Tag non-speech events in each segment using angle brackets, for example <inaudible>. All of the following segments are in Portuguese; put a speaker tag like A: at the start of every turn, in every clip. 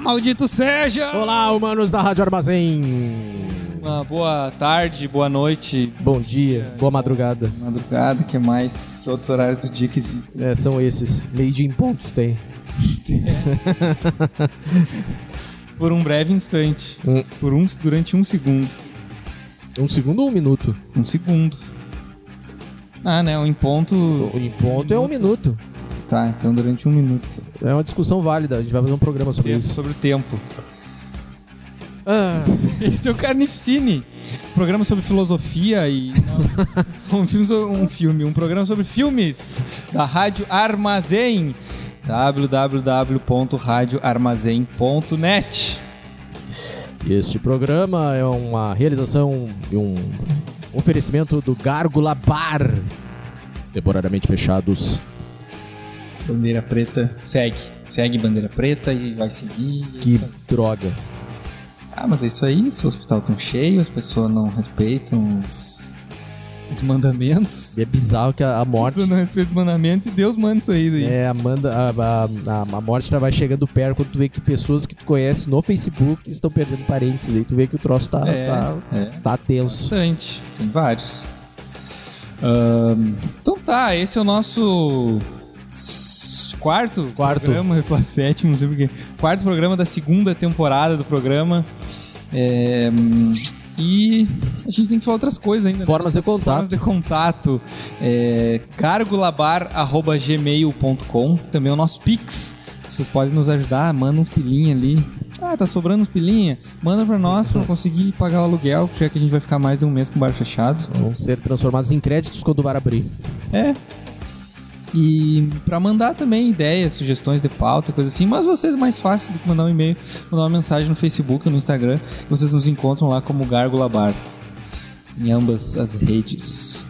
A: Maldito seja!
B: Olá, humanos da Rádio Armazém.
C: Uma boa tarde, boa noite,
B: Bom dia, boa madrugada.
D: Madrugada, que mais? Que outros horários do dia que existem?
B: É, são esses. Meio dia em ponto tem.
C: por um breve instante.
B: Hum.
C: Por um, durante um segundo.
B: Um segundo ou um minuto?
C: Um segundo. Ah, né? Um em ponto.
B: Em ponto é um minuto.
D: Tá, então durante um minuto.
B: É uma discussão válida. A gente vai fazer um programa sobre
C: Tempo
B: isso.
C: sobre o tempo.
B: Ah,
C: Esse é o Carnificine. Programa sobre filosofia
D: <laughs>
C: e. um, filme, so- um filme, um programa sobre filmes da Rádio Armazém. www.radioarmazém.net
B: este programa é uma realização e um oferecimento do Gárgula Bar. Temporariamente fechados.
D: Bandeira preta. Segue. Segue bandeira preta e vai seguir.
B: Que droga.
D: Ah, mas é isso aí. Se o hospital tão cheio, as pessoas não respeitam os, os mandamentos.
B: E é bizarro que a, a morte.
C: Isso não respeita os mandamentos e Deus manda isso aí. né? daí.
B: É, Amanda, a, a, a, a morte tá- vai chegando perto quando tu vê que pessoas que tu conhece no Facebook estão perdendo parentes. Daí tu vê que o troço tá,
D: É.
B: tá,
D: É,
B: tá tenso.
C: Bastante.
D: tem vários.
C: Então tá, esse é o nosso s- quarto,
B: Quarto.
C: programa, eu ia falar sétimo, não sei porquê. Quarto programa da segunda temporada do programa. É, hum, e a gente tem que falar outras coisas ainda. né?
B: Formas de
C: Nossas
B: contato.
C: Formas de contato. É, cargolabar.gmail.com Também é o nosso Pix. Vocês podem nos ajudar, manda uns pilinha ali. Ah, tá sobrando uns pilinha? Manda pra nós
B: Uhum.
C: pra eu conseguir pagar o aluguel, já que a gente vai ficar mais de um mês com o bar fechado.
B: Vão ser transformados em créditos quando o bar abrir.
C: É. E pra mandar também ideias, sugestões de pauta, coisa assim, mas vocês é mais fácil do que mandar um e-mail, mandar uma mensagem no Facebook, no Instagram, vocês nos encontram lá como Gárgula Bar. Em ambas as redes.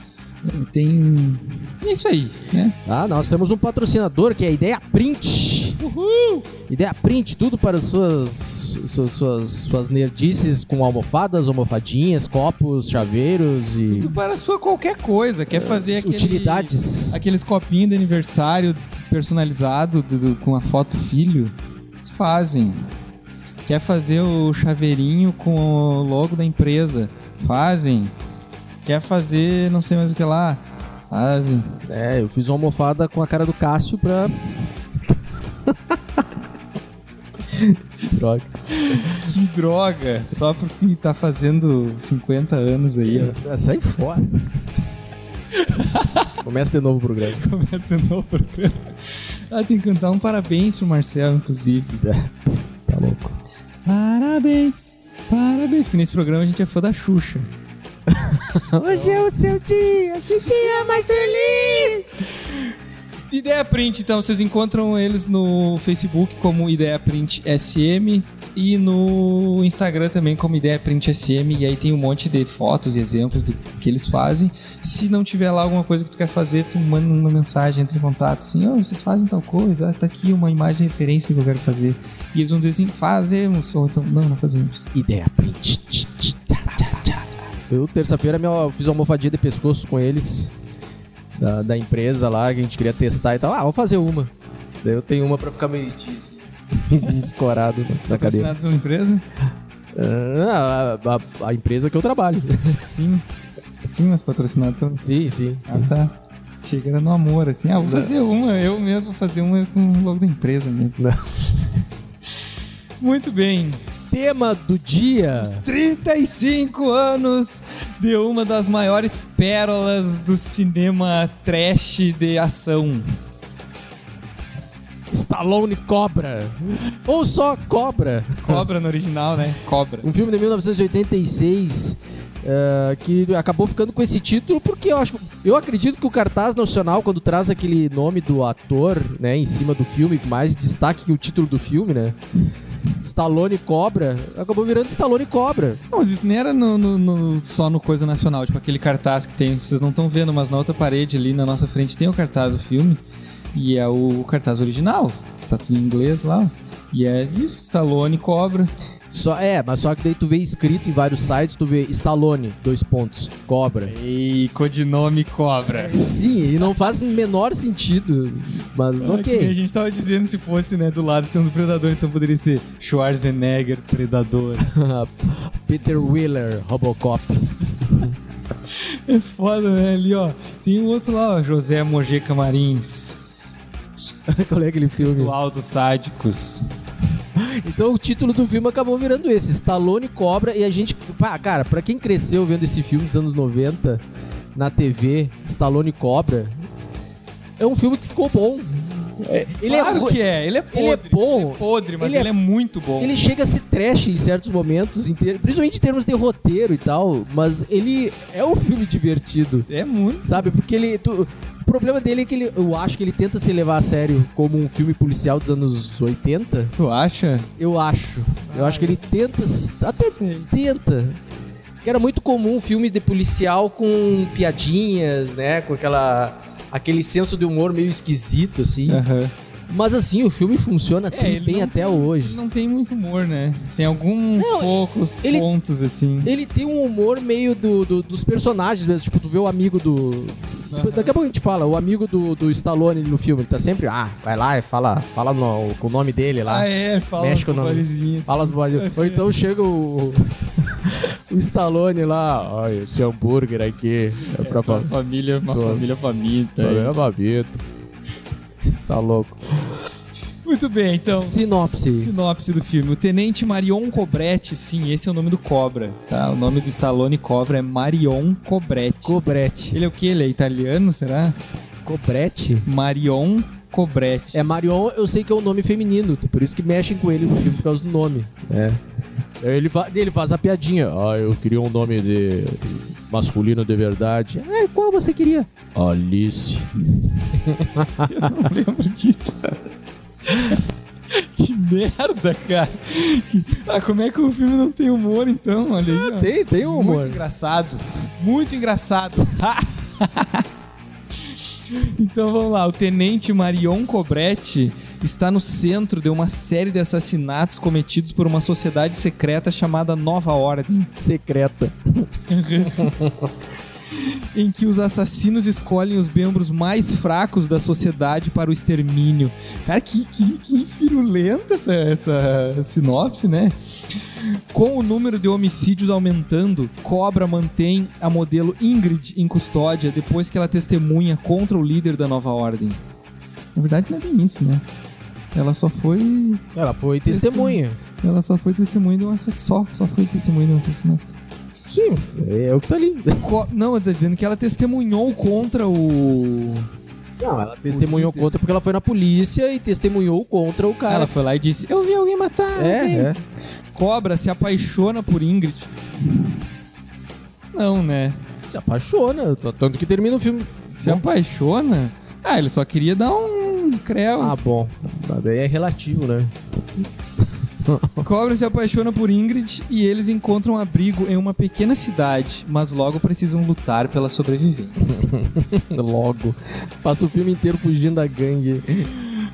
C: Tem. É isso aí, né?
B: Ah, nós temos um patrocinador que é a Ideia Print.
C: Uhul!
B: Ideia Print, tudo para as suas, suas, suas, suas nerdices com almofadas, almofadinhas, copos, chaveiros e
C: Tudo para sua qualquer coisa, quer fazer aquele.
B: utilidades.
C: Aqueles copinhos de aniversário personalizado do- do- com a foto filho, eles fazem. Quer fazer o chaveirinho com o logo da empresa? Fazem. Quer fazer não sei mais o que lá? Fazem.
B: É, eu fiz uma almofada com a cara do Cássio pra. <laughs> droga.
C: Que droga! Só porque tá fazendo 50 anos aí, ó.
B: Ah, Sai fora. Começa de novo o programa.
C: <laughs> Começa de novo. Ah, tem que cantar um parabéns pro Marcelo, inclusive.
B: Tá louco.
C: Parabéns! Parabéns! Porque nesse programa a gente é fã da Xuxa.
B: <laughs> Hoje é o seu dia, que dia mais feliz!
C: Ideia Print, então, vocês encontram eles no Facebook como Ideia Print SM e no Instagram também como Ideia Print SM. E aí tem um monte de fotos e exemplos do que eles fazem. Se não tiver lá alguma coisa que tu quer fazer, tu manda uma mensagem, entra em contato assim: Ô, vocês fazem tal coisa, Ah, tá aqui uma imagem de referência que eu quero fazer. E eles vão dizer assim: fazemos, ou então, não, não fazemos.
B: Ideia print. Tch, tch, tchá, tchá, tchá. Eu, terça-feira, minha- eu fiz uma almofadinha de pescoço com eles, da, da empresa lá, que a gente queria testar e tal. Ah, vou fazer uma. Daí eu tenho uma pra ficar meio-dia, assim, <laughs> escorado na- na cadeira.
C: Patrocinado pela empresa?
B: Ah, a- a- a empresa que eu trabalho.
C: Sim. Sim, mas patrocinado pela
B: sim, sim.
C: Ah, tá. Achei que era no amor, assim. Ah, vou fazer uma, eu mesmo vou fazer uma com o logo da empresa mesmo.
B: Não.
C: <laughs> Muito bem.
B: Tema do dia.
C: 35 anos de uma das maiores pérolas do cinema trash de ação.
B: Stallone Cobra. Ou só Cobra.
C: Cobra no original, né? Cobra.
B: Um filme de 1986 eh, que acabou ficando com esse título porque eu, acho, eu acredito que o cartaz nacional, quando traz aquele nome do ator né, em cima do filme, mais destaque que o título do filme, né? Stallone Cobra, acabou virando Stallone Cobra.
C: Não, mas isso nem era no, no- no- só no Coisa Nacional, tipo aquele cartaz que tem, vocês não estão vendo, mas na outra parede ali na nossa frente tem o cartaz do filme. E é o cartaz original. Tá tudo em inglês lá. E é isso, Stallone Cobra.
B: Só, é, mas só que daí tu vê escrito em vários sites, tu vê Stallone, dois pontos, Cobra.
C: E codinome Cobra.
B: Sim, e não faz o menor sentido, mas
C: É que nem A
B: ok.
C: gente tava dizendo se fosse, né, do lado tendo Predador, então poderia ser Schwarzenegger, Predador.
B: <laughs> Peter Wheeler, Robocop. <laughs>
C: É <laughs> foda, né? Ali, ó. Tem um outro lá, ó, José Mojeca Marins.
B: Qual é aquele filme?
C: Ritual dos Sádicos.
B: Então o título do filme acabou virando esse, Stallone Cobra, e a gente, pá, cara, pra quem cresceu vendo esse filme dos anos 90 na TV, Stallone Cobra, é um filme que ficou bom. É, ele é
C: claro
B: ruim,
C: que é. Ele é
B: ele é
C: podre.
B: bom,
C: podre, mas
B: ele
C: ele
B: é-
C: é, muito bom.
B: Ele chega a ser trash em certos momentos, em ter- principalmente em termos de roteiro e tal, mas ele é um filme divertido,
C: É muito.
B: sabe? Porque ele. tu- o problema dele é que ele, eu acho que ele tenta se levar a sério como um filme policial dos anos 80.
C: Tu acha?
B: Eu acho. Eu
C: Ah,
B: acho que ele tenta. s- Até
C: Sei.
B: tenta. Que era muito comum um filme de policial com piadinhas, né? Com aquela. Aquele senso de humor meio esquisito, assim.
C: Aham.
B: Mas assim, o filme funciona
C: É,
B: tri
C: ele
B: bem
C: não-
B: até hoje.
C: Ele não tem muito humor, né? Tem alguns
B: Não,
C: poucos
B: ele-
C: pontos, assim.
B: Ele tem um humor meio do, do- dos personagens mesmo. Tipo, tu vê o amigo do.
C: Aham.
B: Daqui a pouco a gente fala, o amigo do, do Stallone no filme. Ele tá sempre. Ah, vai lá e fala, fala no- com o nome dele lá.
C: Ah, é, fala
B: Mexe com o
C: com
B: nome.
C: vários
B: Fala as bolinhas. Ou então chega o. o Stallone lá. Olha, esse hambúrguer aqui. É pra
C: Uma família, uma
B: Tô.
C: família faminta.
B: é babito. Tá louco.
C: Muito bem, então.
B: Sinopse.
C: Sinopse do filme. O Tenente Marion Cobretti, sim, esse é o nome do Cobra, tá? O nome do Stallone Cobra é Marion Cobretti.
B: Cobrete.
C: Ele é o que? Ele é italiano, será?
B: Cobrete?
C: Marion Cobretti.
B: É Marion, eu sei que é um nome feminino, por isso que mexem com ele no filme por causa do nome. É. Ele, fa- ele faz a piadinha. Ah, eu queria um nome de masculino de verdade. É, qual você queria? Alice.
C: não lembro disso. <laughs> que merda, cara. Ah, como é que o filme não tem humor, então? Olha aí, ó.
B: Tem, tem um,
C: Muito
B: mano.
C: engraçado. Muito engraçado. <laughs> então vamos lá. O tenente Marion Cobretti está no centro de uma série de assassinatos cometidos por uma sociedade secreta chamada Nova Ordem,
B: Secreta.
C: em que os assassinos escolhem os membros mais fracos da sociedade para o extermínio. Cara, que, que, que firulenta essa, essa sinopse, né? Com o número de homicídios aumentando, Cobra mantém a modelo Ingrid em custódia depois que ela testemunha contra o líder da nova ordem. Na verdade, não é bem isso, né? Ela só foi
B: Ela foi testemunha.
C: ela só foi testemunha de um assassinato. Só, só foi testemunha de um assassinato.
B: Sim, é o que tá ali.
C: Co- Não, eu tô dizendo que ela testemunhou contra o.
B: Não, ela testemunhou
C: líder.
B: contra porque ela foi na polícia e testemunhou contra o
C: Ela
B: cara.
C: foi lá e disse: Eu vi alguém matar. alguém."
B: É, é.
C: Cobra se apaixona por Ingrid. Não, né?
B: Se apaixona, t- tanto que termina o filme.
C: Se
B: Bom.
C: apaixona? Ah, ele só queria dar um creu.
B: Ah, bom. Mas daí é relativo, né?
C: Cobra se apaixona por Ingrid e eles encontram um abrigo em uma pequena cidade, mas logo precisam lutar pela sobrevivência.
B: <laughs> Logo. Passa o filme inteiro fugindo da gangue.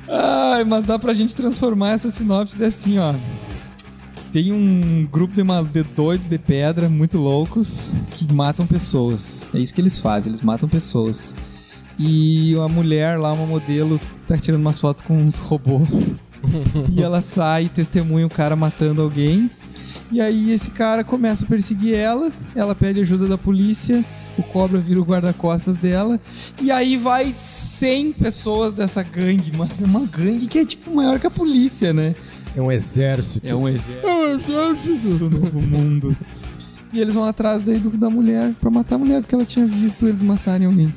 C: Ai, mas dá pra gente transformar essa sinopse de assim, ó. Tem um grupo de, ma- de doidos de pedra muito loucos que matam pessoas. É isso que eles fazem, eles matam pessoas. E uma mulher lá, uma modelo, tá tirando umas fotos com uns robôs. e ela sai e testemunha o cara matando alguém. E aí esse cara começa a perseguir ela, ela pede ajuda da polícia, o cobra vira o guarda-costas dela. E aí vai 100 pessoas dessa gangue, mano. É uma gangue que é tipo maior que a polícia, né?
B: É um exército.
C: um exército. É um exército do novo mundo. E eles vão atrás daí do- da mulher pra matar a mulher, porque ela tinha visto eles matarem alguém.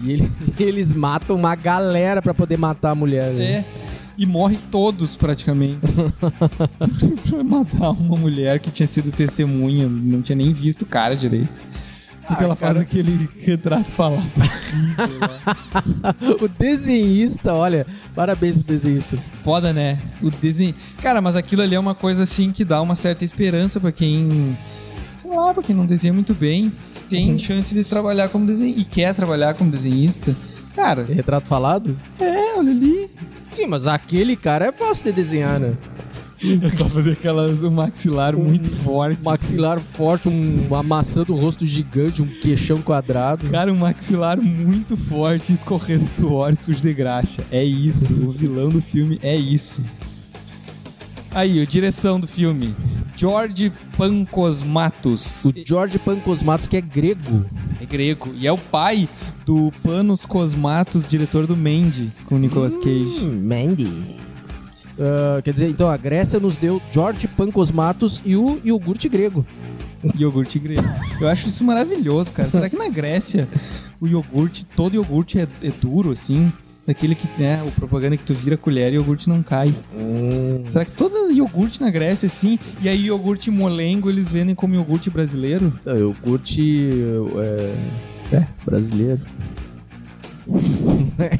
B: E ele- <laughs> eles matam uma galera pra poder matar a mulher. né?
C: É. E morre todos, <laughs> praticamente. pra matar uma mulher que tinha sido testemunha, não tinha nem visto o cara direito. Porque
B: Ah,
C: ela
B: cara.
C: faz aquele retrato <laughs> falado.
B: <laughs> O desenhista, olha. Parabéns pro desenhista.
C: Foda, né? O desenho. Cara, mas aquilo ali é uma coisa assim que dá uma certa esperança pra quem. Sei lá, pra quem não desenha muito bem. Tem chance de trabalhar como desenhista. E quer trabalhar como desenhista. Cara,
B: É Retrato falado?
C: é, olha ali.
B: Sim, mas aquele cara é fácil de desenhar, né?
C: <laughs> É só fazer aquelas, um maxilar muito forte.
B: Maxilar forte, um- uma maçã do rosto gigante, um queixão quadrado.
C: Cara, um maxilar muito forte, escorrendo suor, sujo de graxa. É isso. O vilão do filme é isso. Aí, a direção do filme. George Pancos Matos.
B: O George Pancosmatos, que é grego.
C: É grego. E é o pai do Panos Cosmatos, diretor do Mandy, com o
B: Hum.
C: Nicolas Cage.
B: Mandy. quer dizer, então a Grécia nos deu George Pancosmatos e o iogurte grego.
C: Iogurte grego. Eu acho isso maravilhoso, cara. Será que na Grécia o iogurte, todo iogurte é, é duro, assim? Daquele que, né, o propaganda que tu vira a colher e o iogurte não cai. Será que todo iogurte na Grécia, é assim, e aí iogurte molengo eles vendem como iogurte brasileiro?
B: Ah, iogurte. É, é, brasileiro. <laughs>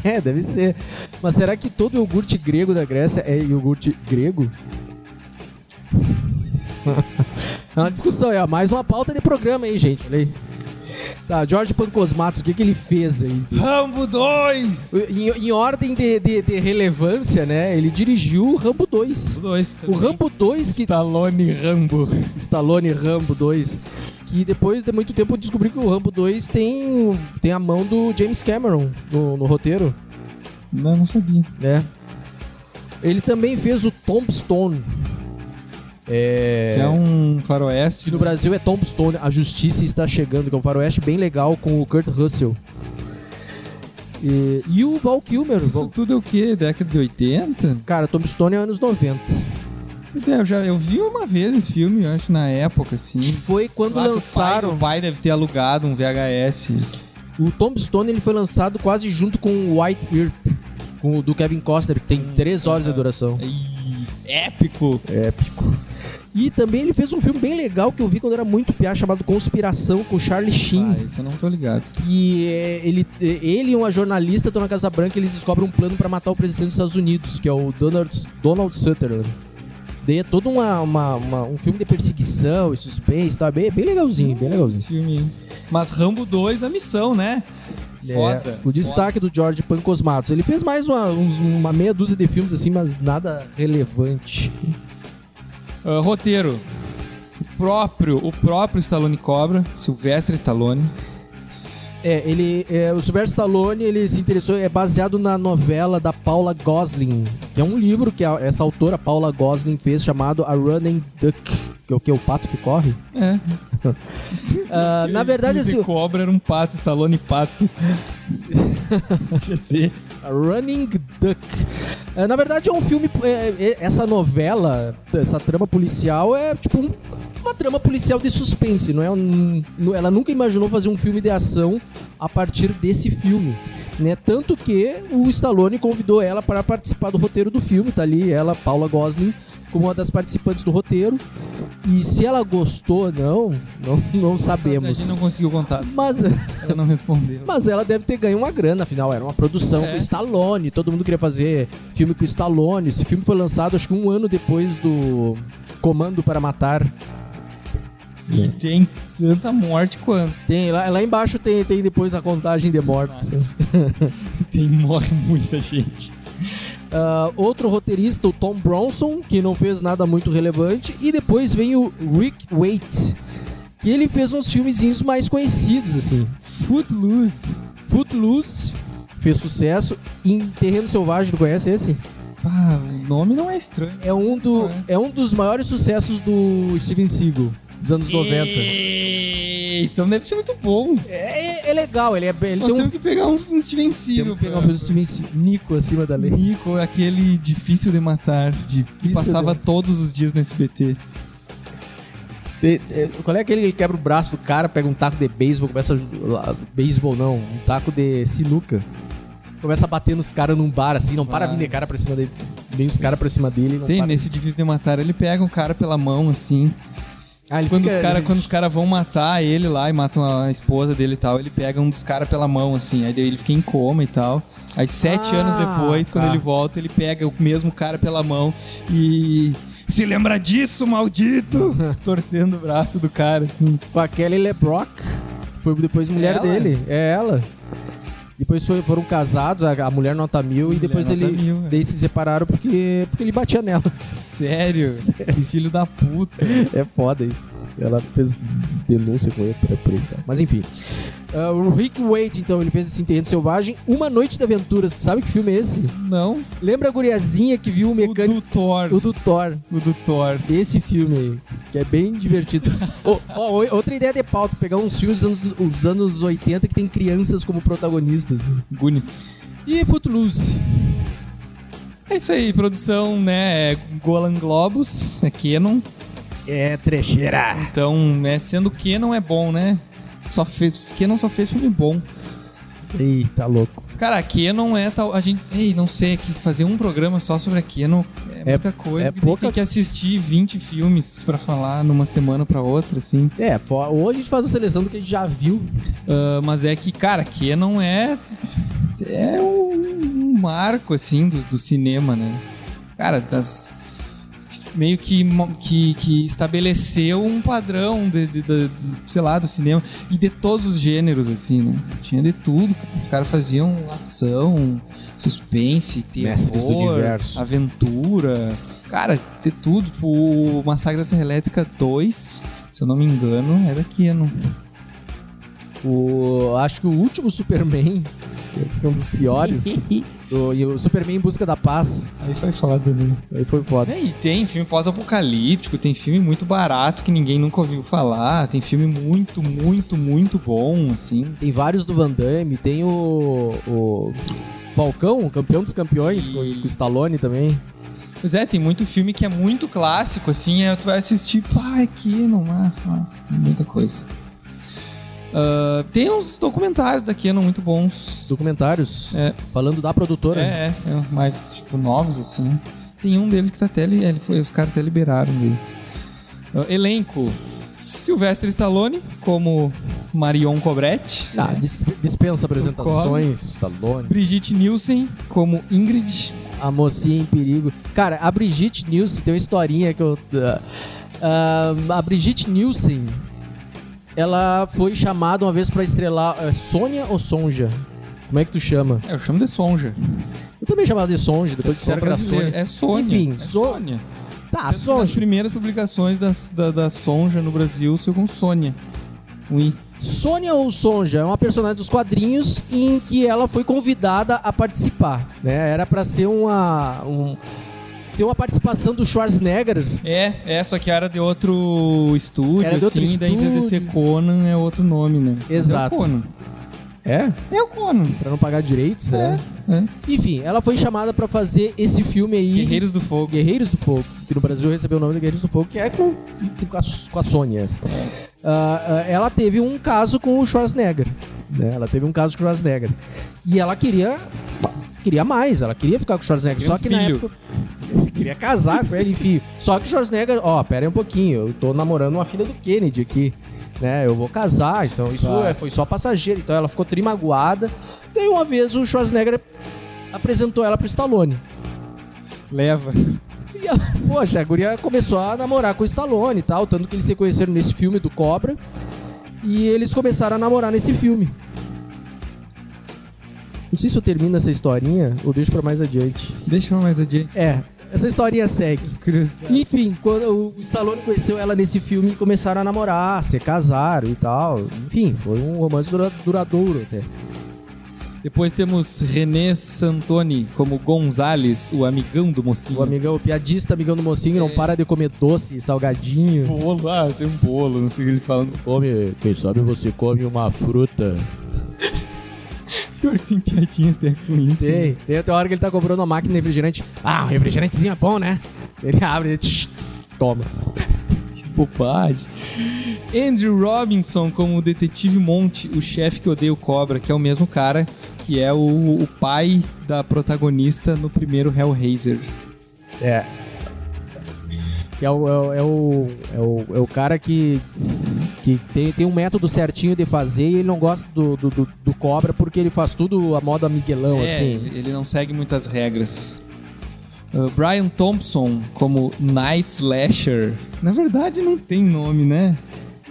B: é, deve ser. Mas será que todo iogurte grego da Grécia é iogurte grego? <laughs> é uma discussão, é mais uma pauta de programa aí, gente. Olha aí. Tá, Jorge Pancosmatos, o que, que ele fez aí?
C: Rambo 2!
B: Em, em ordem de, de- de relevância, né? Ele dirigiu Rambo 2. O Rambo 2, que
C: Stallone Rambo.
B: Stallone Rambo 2, que depois de muito tempo eu descobri que o Rambo 2 tem, tem a mão do James Cameron no, no roteiro,
C: Não, não sabia.
B: né? Ele também fez o Tombstone. É...
C: Que é um faroeste.
B: que no Brasil é Tombstone, A Justiça Está Chegando, que é um faroeste bem legal com o Kurt Russell. E, e o Val Kilmer.
C: Isso
B: Val-
C: tudo é o quê? Década de 80?
B: Cara, Tombstone é anos 90.
C: Pois é, eu já eu vi uma vez esse filme, eu acho, na época,
B: E
C: assim.
B: foi quando
C: Lá que o pai-
B: lançaram...
C: O pai deve ter alugado um VHS.
B: O Tombstone ele foi lançado quase junto com o White Earp, com o do Kevin Costner, que tem três horas de duração.
C: Ih, épico!
B: É, Épico. E também ele fez um filme bem legal que eu vi quando era muito piá, chamado Conspiração, com o Charlie Sheen.
C: Ah, esse eu não tô ligado.
B: Que é, ele, ele e uma jornalista estão na Casa Branca e eles descobrem um plano pra matar o presidente dos Estados Unidos, que é o Donald, Donald Sutherland. Daí é todo uma, uma- uma- um filme de perseguição e suspense, tá? Bem, bem legalzinho, bem legalzinho.
C: Esse filme. aí. Mas Rambo 2, a missão, né? Foda.
B: É, O destaque do George Pancosmatos. Ele fez mais uma, uns- uma meia dúzia de filmes assim, mas nada relevante.
C: Ah, roteiro. O próprio, o próprio Stallone Cobra, Sylvester Stallone.
B: É, ele, é, o Sylvester Stallone, ele se interessou, é baseado na novela da Paula Gosling, que é um livro que a- essa autora Paula Gosling fez chamado A Running Duck, que é o que o pato que corre.
C: É.
B: Ah, na verdade,
C: Filme de
B: assim, o-
C: Cobra era um pato, Stallone
B: <laughs>
C: pato. Deixa eu ser.
B: A Running Duck. É, na verdade, é um filme. é, é, essa novela, essa trama policial, é tipo um- uma trama policial de suspense. Não é um- nu- ela nunca imaginou fazer um filme de ação a partir desse filme. Né? Tanto que o Stallone convidou ela para participar do roteiro do filme. Tá ali ela, Paula Gosling, como uma das participantes do roteiro. E se ela gostou ou não, não, não
C: A gente
B: sabemos.
C: não conseguiu contar.
B: Mas.
C: Ela não respondeu.
B: Mas ela deve ter ganho uma grana, afinal, era uma produção
C: É.
B: com Stallone, todo mundo queria fazer filme com Stallone. Esse filme foi lançado acho que um ano depois do Comando para Matar.
C: E tem tanta morte quanto.
B: Tem, lá, lá embaixo tem, tem depois a contagem de mortes.
C: Tem <laughs> morre muita gente.
B: Ah, outro roteirista, o Tom Bronson, que não fez nada muito relevante. E depois vem o Rick Waite, que ele fez uns filmezinhos mais conhecidos, assim.
C: Footloose.
B: Footloose, fez sucesso. Em Terreno Selvagem, tu conhece esse?
C: Ah, o nome não é estranho.
B: É um, do, é um dos maiores sucessos do Steven Seagal, dos anos 90.
C: Eita, Então deve ser muito bom.
B: É, é legal, ele, é, bem- ele
C: Nós
B: tem um.
C: temos que pegar um, um Steven Seagal.
B: Temos que pegar um filme do Steven Seagal, Nico acima da lei.
C: Nico, aquele difícil de matar. Que
B: Isso,
C: passava
B: né?
C: todos os dias no SBT.
B: Te- te- Qual é aquele que quebra o braço do cara, pega um taco de beisebol, começa a. ju- ah, Beisebol não, um taco de sinuca. Começa a bater nos caras num bar assim, não para
C: Ah.
B: vir de cara pra cima dele. Vem os caras pra cima dele. Não
C: Tem
B: para.
C: nesse difícil de matar, ele pega um cara pela mão assim.
B: Ah, ele
C: Quando
B: fica-
C: os caras
B: ele-
C: quando os cara vão matar ele lá e matam a esposa dele e tal, ele pega um dos caras pela mão assim. Aí daí ele fica em coma e tal. Aí sete
B: Ah,
C: anos depois, quando
B: tá.
C: ele volta, ele pega o mesmo cara pela mão e se lembra disso, maldito, torcendo o braço do cara assim.
B: Com a Kelly LeBrock, que foi depois mulher
C: Ela?
B: dele. É ela. Depois foi- foram casados, a, a mulher nota mil, e
C: Mulher
B: depois
C: nota
B: ele.
C: mil, é. velho.
B: Daí se separaram porque, porque ele
C: <laughs>
B: batia nela.
C: Sério? Que filho da puta.
B: É foda isso. Ela fez denúncia com ele pra por ele, tá? Mas enfim. Ah, o Rick Wade, então, ele fez esse Enterrando Selvagem. Uma Noite de Aventuras. Sabe que filme é esse?
C: Não.
B: Lembra a guriazinha que viu o mecânico...
C: O do Thor.
B: O do Thor.
C: O do Thor.
B: Esse filme aí, que é bem divertido. Ô, ó, oi- outra ideia de pauta, pegar uns filmes dos anos, dos anos 80 que tem crianças como protagonistas.
C: Goonies.
B: E Footloose.
C: É isso aí, produção, né? É Golan Globus, é Canon.
B: É trecheira.
C: Então, né, sendo Canon é bom, né? Só fez, Canon só fez filme bom.
B: Eita, louco.
C: Cara, a Canon é tal. A gente. Ei, não sei, é que fazer um programa só sobre a Canon é,
B: É-
C: muita coisa.
B: é
C: que
B: pouca-
C: Tem que assistir 20 filmes pra falar numa semana pra outra, assim.
B: É, fo- hoje a gente faz uma seleção do que a gente já viu.
C: Ah, mas é que, cara, Canon é. É um, um marco, assim, do, do cinema, né? Cara, das. Meio que, mo- que, que estabeleceu um padrão, de, de- de- sei lá, do cinema. E de todos os gêneros, assim, né? Tinha de tudo. Os caras faziam ação, suspense, terror,
B: Mestres do universo.
C: aventura. Cara, de tudo. O Massacre da Serra Elétrica 2, se eu não me engano, era Canon.
B: O, acho que o último Superman, que é um dos piores, o, e o Superman em Busca da Paz,
D: Aí vai falar do Danilo.
B: aí foi foda.
C: É, E tem filme pós-apocalíptico, tem filme muito barato que ninguém nunca ouviu falar, tem filme muito, muito, muito bom, assim.
B: Tem vários do Van Damme, tem o, o Falcão, o campeão dos campeões,
C: E-
B: com, com o Stallone também.
C: Pois é, tem muito filme que é muito clássico, assim, aí tu vai assistir, pá, aqui, não, massa, massa, tem muita coisa. Ah, tem uns documentários da Canon muito bons.
B: Documentários,
C: É.
B: falando da produtora.
C: É, é, é, mais, tipo, novos, assim. Tem um deles que tá até... li- Ele foi, os caras até liberaram dele. Ah, elenco. Sylvester Stallone, como Marion Cobretti.
B: Ah,
C: né?
B: dis- dispensa apresentações, Stallone.
C: Brigitte Nielsen como Ingrid.
B: A mocinha em perigo. Cara, a Brigitte Nielsen tem uma historinha que eu. ah, ah, a Brigitte Nielsen. Ela foi chamada uma vez pra estrelar. é, Sônia ou Sonja? Como é que tu chama?
C: É, eu chamo de Sonja.
B: Eu também chamava de Sonja, depois disseram que era Sônia.
C: É Sônia.
B: Enfim,
C: é
B: Zo-
C: Sônia.
B: Tá,
C: Tanto que Nas
B: Sonja.
C: primeiras publicações das- da, da Sonja no Brasil, saiu com Sônia. Ui.
B: Sônia ou Sonja é uma personagem dos quadrinhos em que ela foi convidada a participar. Né? Era pra ser uma. Um, ter uma participação do Schwarzenegger
C: É, é, só que era de outro estúdio,
B: Era de outro
C: assim, daí em vez de ser
B: estúdio.
C: Conan é outro nome, né? Mas
B: Exato.
C: É o Conan.
B: É?
C: É o Conan.
B: Pra não pagar direitos, né?
C: É, é.
B: Enfim, ela foi chamada pra fazer esse filme aí.
C: Guerreiros do Fogo.
B: Guerreiros do Fogo, que no Brasil recebeu o nome de Guerreiros do Fogo, que é com, com, a, com a Sônia. Ah, ah, ela teve um caso com o Schwarzenegger. Né? Ela teve um caso com o Schwarzenegger. E ela queria. Queria mais, ela queria ficar com o Schwarzenegger.
C: Queria
B: Só
C: um
B: que na
C: filho.
B: época. Queria casar com ele, enfim. Só que o Schwarzenegger, ó, pera aí um pouquinho, eu tô namorando uma filha do Kennedy aqui. Né, eu vou casar, então isso
C: Vai.
B: é, foi só passageiro. Então ela ficou trimagoada. Daí uma vez o Schwarzenegger apresentou ela pro Stallone.
C: Leva.
B: E a, poxa, a guria começou a namorar com o Stallone e tal, tanto que eles se conheceram nesse filme do Cobra. E eles começaram a namorar nesse filme. Não sei se eu termino essa historinha ou deixo pra mais adiante.
C: Deixa eu mais adiante.
B: É, essa historinha segue.
C: Curiosidade.
B: Enfim, quando o Stallone conheceu ela nesse filme e começaram a namorar, se casaram e tal. Enfim, foi um romance dura- duradouro até.
C: Depois temos René Santoni como Gonzales, o amigão do mocinho.
B: O amigão, o piadista, amigão do mocinho, não para de comer doce, salgadinho.
C: bolo, ah, tem um bolo, não sei o que ele fala.
B: Come, quem sabe você come uma fruta.
C: Pior que tem piadinha até com isso.
B: Tem, tem até hora que ele tá comprando uma máquina de refrigerante. Ah, o refrigerantezinho é bom, né? Ele abre ele tch, toma.
C: Que bobagem. Andrew Robinson como o detetive Monte, o chefe que odeia o Cobra, que é o mesmo cara que é o, o pai da protagonista no primeiro Hellraiser.
B: É. Que é o, é o, é o, é o, é o cara que, que tem, tem um método certinho de fazer e ele não gosta do, do, do- do cobra porque ele faz tudo a moda miguelão,
C: é,
B: assim.
C: ele- ele não segue muitas regras. Uh, Brian Thompson como Night Slasher. Na verdade não tem nome, né?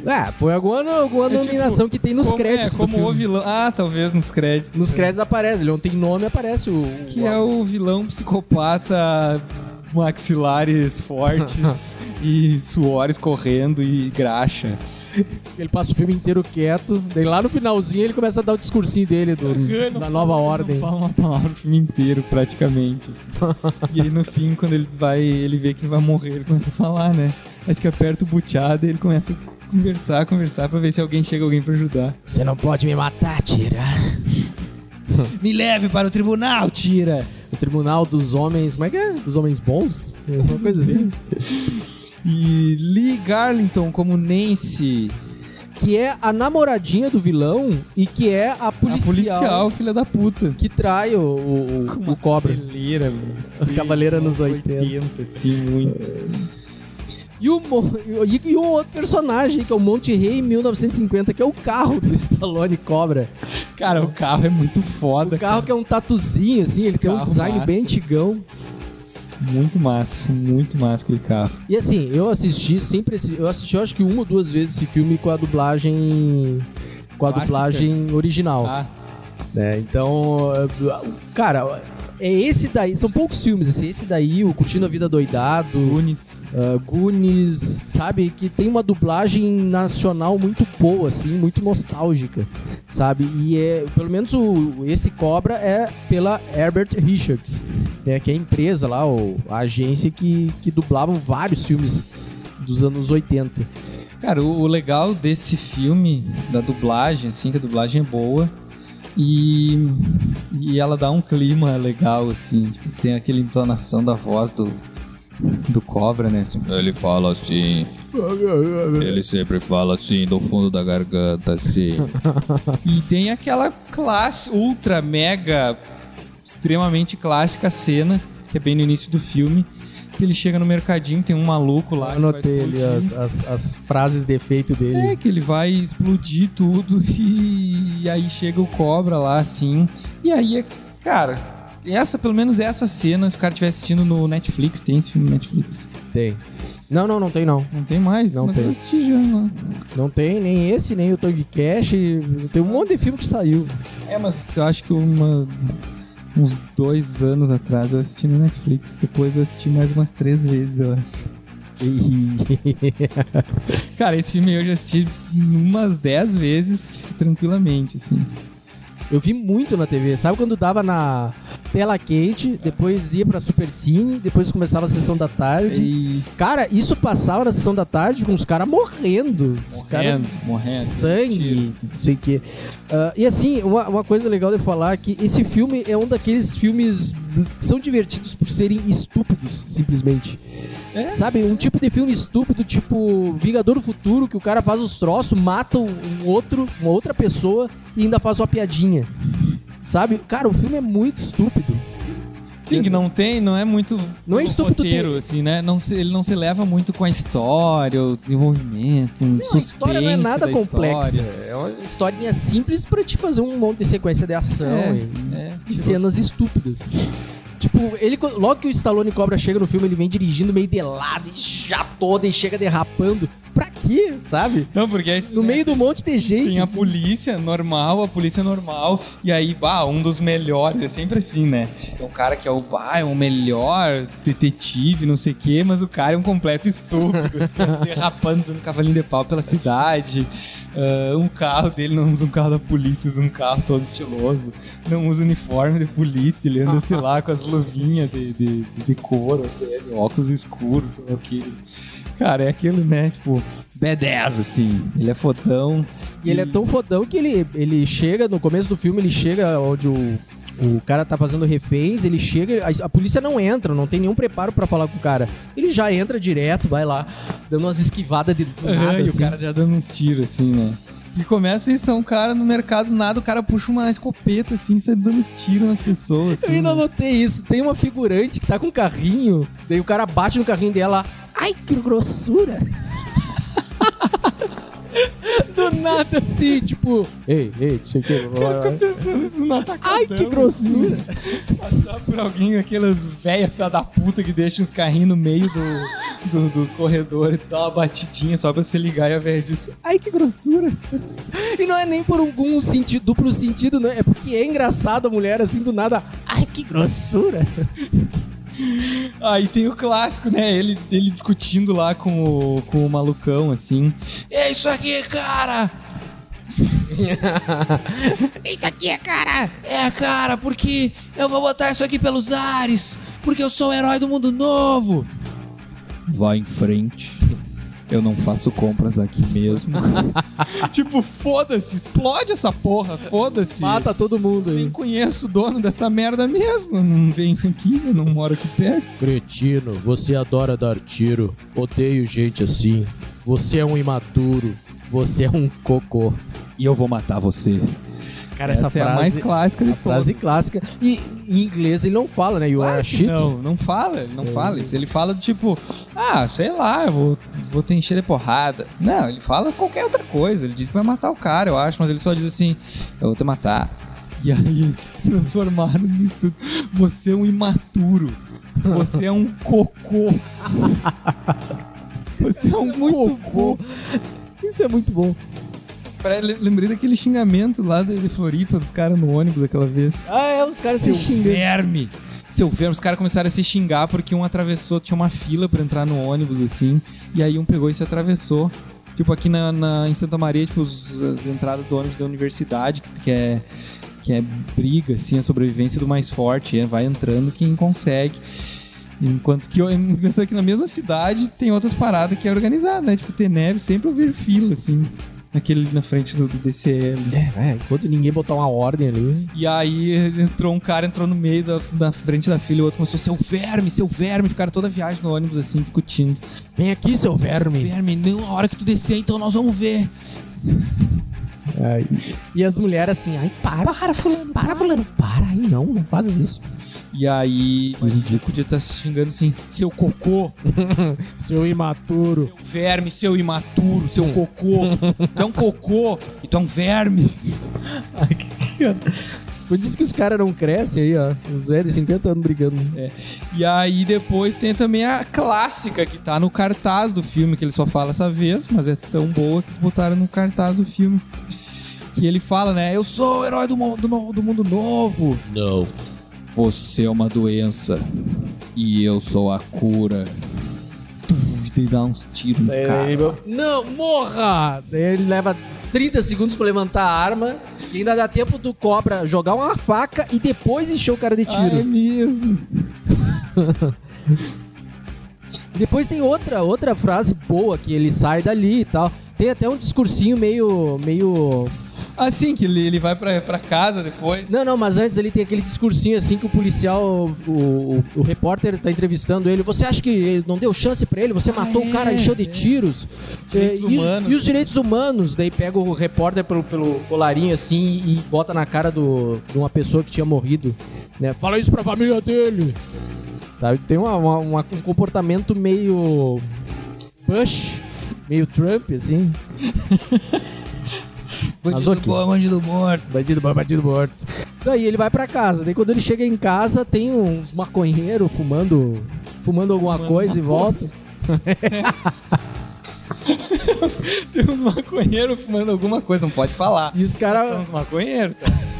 B: É, foi alguma, alguma
C: tipo,
B: nominação que tem nos
C: como,
B: créditos.
C: É,
B: do
C: como
B: filme.
C: o vilão. Ah, talvez nos créditos.
B: Nos créditos aparece, ele não tem nome, aparece o.
C: Que é o vilão psicopata, maxilares <laughs> fortes e suores correndo e graxa.
B: Ele passa o filme inteiro quieto, daí lá no finalzinho ele começa a dar o discursinho dele do, da nova ordem.
C: Não fala uma palavra o filme inteiro, praticamente. assim. e aí no fim, quando ele vai, ele vê que vai morrer, ele começa a falar, né? Acho que aperta o buchado e ele começa a conversar, conversar pra ver se alguém chega alguém pra ajudar.
B: Você não pode me matar, tira.
C: Me leve para o tribunal, tira!
B: O tribunal dos homens. Como é que é? Dos homens bons? Uma coisa assim.
C: E Lee Garlington como Nancy,
B: que é a namoradinha do vilão e que é
C: policial. a
B: a policial,
C: policial, filha da puta.
B: que trai o, o, o- o cobra.
C: Cavaleira, velho.
B: A cavaleira nos 80.
C: assim, muito.
B: E o, mo- e, e o outro personagem, que é o Monte Rei 1950, que é o carro do <laughs> Stallone Cobra.
C: Cara, o carro é muito foda.
B: O carro que é um tatuzinho, assim, ele tem um
C: Carro
B: design
C: massa.
B: bem antigão.
C: cara. Muito massa, muito massa aquele carro.
B: E assim, eu assisti sempre esse- Eu assisti eu acho que uma ou duas vezes esse filme com a dublagem. Com a
C: Clássica.
B: dublagem original.
C: Ah,
B: né? Então, eh, cara, é esse daí. São poucos filmes, assim. Esse daí, o Curtindo a Vida Doidado,
C: Unis.
B: eh, Goonies, sabe? Que tem uma dublagem nacional muito boa, assim, muito nostálgica, sabe? E é, pelo menos o, esse Cobra é pela Herbert Richards, né? que é a empresa lá, o, a agência que, que dublavam vários filmes dos anos 80.
C: Cara, o, o legal desse filme, da dublagem, assim, que a dublagem é boa. E, e ela dá um clima legal, assim. tipo, tem aquela entonação da voz do, do cobra, né? Tipo,
A: Ele fala assim, ele sempre fala assim, do fundo da garganta, <laughs> assim.
C: E tem aquela classe ultra mega extremamente clássica cena, que é bem no início do filme, que ele chega no mercadinho, tem um maluco lá,
B: Eu
C: que vai
B: anotei ali
C: explodir.
B: as, as, as frases de efeito dele.
C: É, que ele vai explodir tudo <laughs> e, aí chega o cobra lá, assim. E aí, é- cara, essa, pelo menos essa cena, se o cara estiver assistindo no Netflix, tem esse filme no Netflix.
B: Tem. Não, não, não tem não.
C: Não tem mais?
B: Não
C: mas
B: tem.
C: Eu assisti já né? lá.
B: Não tem nem esse, nem o Tong Cash. Tem um monte de filme que saiu.
C: É, mas eu acho que uma- uns dois anos atrás eu assisti no Netflix. Depois eu assisti mais umas três vezes, eu acho. Cara, esse filme eu já assisti umas dez vezes tranquilamente, assim.
B: Eu vi muito na TV. Sabe quando dava na tela quente, depois ia pra Super Cine, depois começava a sessão da tarde.
C: E...
B: Cara, isso passava na sessão da tarde com os caras morrendo. Os caras
C: Morrendo, morrendo.
B: sangue, não sei o quê. Ah, e assim, uma, uma coisa legal de falar é que esse filme é um daqueles filmes que são divertidos por serem estúpidos, simplesmente.
C: É.
B: Sabe, um tipo de filme estúpido, tipo Vingador do Futuro, que o cara faz os troços, mata um um outro, uma outra pessoa e ainda faz uma piadinha. Sabe? Cara, o filme é muito estúpido.
C: Sim, que não tem, não é muito.
B: Não é estúpido
C: roteiro, assim, né? Não se- ele não se leva muito com a história, o desenvolvimento, um
B: Não, a história não é
C: suspense
B: nada
C: da
B: complexa.
C: história.
B: É uma historinha simples pra te fazer um monte de sequência de ação
C: É,
B: e
C: é.
B: e cenas estúpidas. Tipo, ele, co- logo que o Stallone Cobra chega no filme, ele vem dirigindo meio de lado, e já toda, e chega derrapando. Pra quê, sabe?
C: Não, porque é isso,
B: No
C: né?
B: meio do monte de gente.
C: Tem a
B: assim.
C: polícia normal, a polícia normal, e aí, bah, um dos melhores, é sempre assim, né? É um cara que é o, bah, é o melhor detetive, não sei o quê, mas o cara é um completo estúpido, assim, <laughs> derrapando, dando cavalinho de pau pela cidade. Ah, um carro dele não usa um carro da polícia, usa um carro todo estiloso. Não usa uniforme de polícia, ele anda, sei lá, com as luvinhas de, de, de, de couro, dele, óculos escuros, sei lá o que. Cara, é aquilo, né? Tipo, B10, assim. Ele é fodão,
B: E ele é tão fodão que ele, ele chega, no começo do filme, ele chega onde o, o cara tá fazendo reféns, ele chega, a, a polícia não entra, não tem nenhum preparo pra falar com o cara. Ele já entra direto, vai lá, dando umas esquivadas de do
C: Aham,
B: nada,
C: e
B: assim.
C: o cara já dando uns tiros, assim, né? E começa a estar um cara no mercado, nada, o cara puxa uma escopeta, assim, sai dando tiro nas pessoas.
B: Eu
C: Assim,
B: ainda
C: né?
B: anotei isso. Tem uma figurante que tá com um carrinho, daí o cara bate no carrinho dela. Ai, que grossura! <laughs> Do nada assim, tipo. Ei, ei, não sei o que.
C: Fica pensando isso na atacadão.
B: Ai, que grossura!
C: Passar por alguém, aquelas velhas filha da puta que deixa os carrinhos no meio do, do, do corredor e dá uma batidinha só pra você ligar e a velha diz: Ai, que grossura!
B: E não é nem por algum sentido, duplo sentido, né? É porque é engraçado a mulher assim do nada. Ai, que grossura!
C: Aí tem o clássico, né? Ele, ele discutindo lá com o, com o malucão, assim. É isso aqui, cara!
E: <laughs> Isso aqui é cara.
C: É, cara, porque eu vou botar isso aqui pelos ares, porque eu sou o herói do mundo novo.
A: Vá em frente. Eu não faço compras aqui
E: <laughs>
A: mesmo.
C: tipo, foda-se, explode essa porra, foda-se.
B: Mata todo mundo
C: Nem
B: aí.
C: conheço o dono dessa merda mesmo. Eu não venho aqui, eu não moro aqui perto.
B: Cretino, você adora dar tiro. Odeio gente assim. Você é um imaturo. Você é um cocô.
A: e eu vou matar você.
B: Cara, essa,
C: é a mais
B: frase,
C: clássica de
B: a frase clássica. E em inglês ele não fala, né? You are a
C: Claro que
B: shit. <laughs>
C: Não, não fala,
B: É.
C: ele não fala isso. Ele fala do tipo, ah, sei lá, eu vou, vou te encher de porrada. Não, ele fala qualquer outra coisa. Ele diz que vai matar o cara, eu acho, mas ele só diz assim, eu vou te matar. E aí <laughs> transformaram nisso tudo. Você é um imaturo. Você é um cocô. <laughs> Você é um muito cocô.
B: Isso é muito bom.
C: Pare- Lembrei daquele xingamento lá de de Floripa dos caras no ônibus aquela vez.
B: Ah, é, os caras se xingam.
C: verme. Seu verme, os caras começaram a se xingar porque um atravessou, tinha uma fila pra entrar no ônibus, assim, e aí um pegou e se atravessou. Tipo, aqui na, na- em Santa Maria, tipo, os- as entradas do ônibus da universidade, que, que é que é briga, assim, a sobrevivência do mais forte, é, vai entrando quem consegue. Enquanto que eu <laughs> penso que na mesma cidade tem outras paradas que é organizada, né? Tipo, Teneve sempre eu vejo fila, assim, naquele na frente do, do DCL.
B: É, enquanto ninguém botar uma ordem ali.
C: E aí entrou um cara, entrou no meio da, da frente da filha, e o outro começou, seu verme, seu verme, ficaram toda a viagem no ônibus assim, discutindo.
B: Vem aqui, seu verme.
C: Verme, não, a hora que tu descer, então nós vamos ver.
B: E as mulheres assim, ai, para. Para, fulano. Para, fulano. Para aí, não, não fazes isso.
C: E aí, imagina, podia estar se xingando assim, seu cocô,
B: Seu imaturo.
C: seu verme, seu imaturo, seu cocô, tu é um cocô e tu é um verme.
B: Por isso que os caras não crescem aí, ó. Os velhos, 50 anos brigando.
C: E aí depois tem também a clássica que tá no cartaz do filme, que ele só fala essa vez, mas é tão boa que botaram no cartaz do filme. Que ele fala, né? Eu sou o herói do, mo- do no- do mundo novo.
B: Não.
A: Você é uma doença. E eu sou a cura.
C: Uf, Daí dá uns tiros
B: É,
C: no cara.
B: Não, morra! Daí ele leva 30 segundos pra levantar a arma. E ainda dá tempo do cobra jogar uma faca e depois encher o cara de
C: Ah, é
B: um tiro.
C: mesmo.
B: E Depois tem outra, outra frase boa que ele sai dali e tal. Tem até um discursinho meio. meio.
C: Assim que ele, ele vai pra, pra casa depois.
B: Não, não, mas antes ele tem aquele discursinho assim que o policial, o, o, o repórter tá entrevistando ele. Você acha que ele não deu chance pra ele? Você matou o cara,
C: é,
B: encheu de
C: é.
B: tiros.
C: Direitos
B: É, e,
C: humanos.
B: e os direitos humanos? Daí pega o repórter pelo, pelo colarinho assim e bota na cara do, de uma pessoa que tinha morrido. Né? Fala isso pra família dele. Sabe? Tem uma- uma- uma- um comportamento meio. Bush, meio Trump, assim. Mas ok.
C: bom, bandido morto. <laughs>
B: Bandido bom, bandido morto. Daí ele vai pra casa. Daí quando ele chega em casa, tem uns maconheiros fumando, fumando alguma coisa e volta.
C: Tem uns maconheiros fumando alguma coisa, não pode falar.
B: E os
C: São
B: caras.
C: uns maconheiros, cara.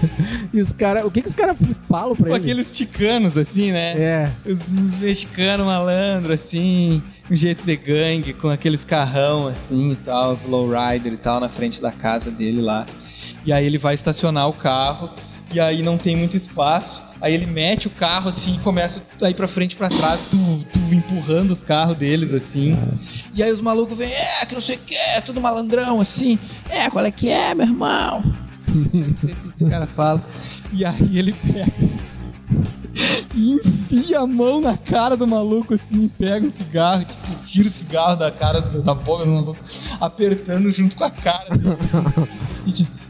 B: E os cara, o que, que os caras falam pra
C: Tipo
B: ele?
C: aqueles ticanos, assim, né?
B: É.
C: Os mexicanos malandros, assim, um jeito de gangue, com aqueles carrão, assim, e tal, os lowrider e tal, na frente da casa dele lá. E aí ele vai estacionar o carro, e aí não tem muito espaço. Aí ele mete o carro, assim, e começa a ir pra frente e pra trás, tu, tu, empurrando os carros deles, assim. E aí os malucos vêm, é, que não sei o que, é tudo malandrão, assim. É, qual é que é, meu irmão? <laughs> os caras falam. E aí ele pega e enfia a mão na cara do maluco assim, pega o cigarro, tipo, tira o cigarro da cara da boca do maluco, apertando junto com a cara. E, tipo,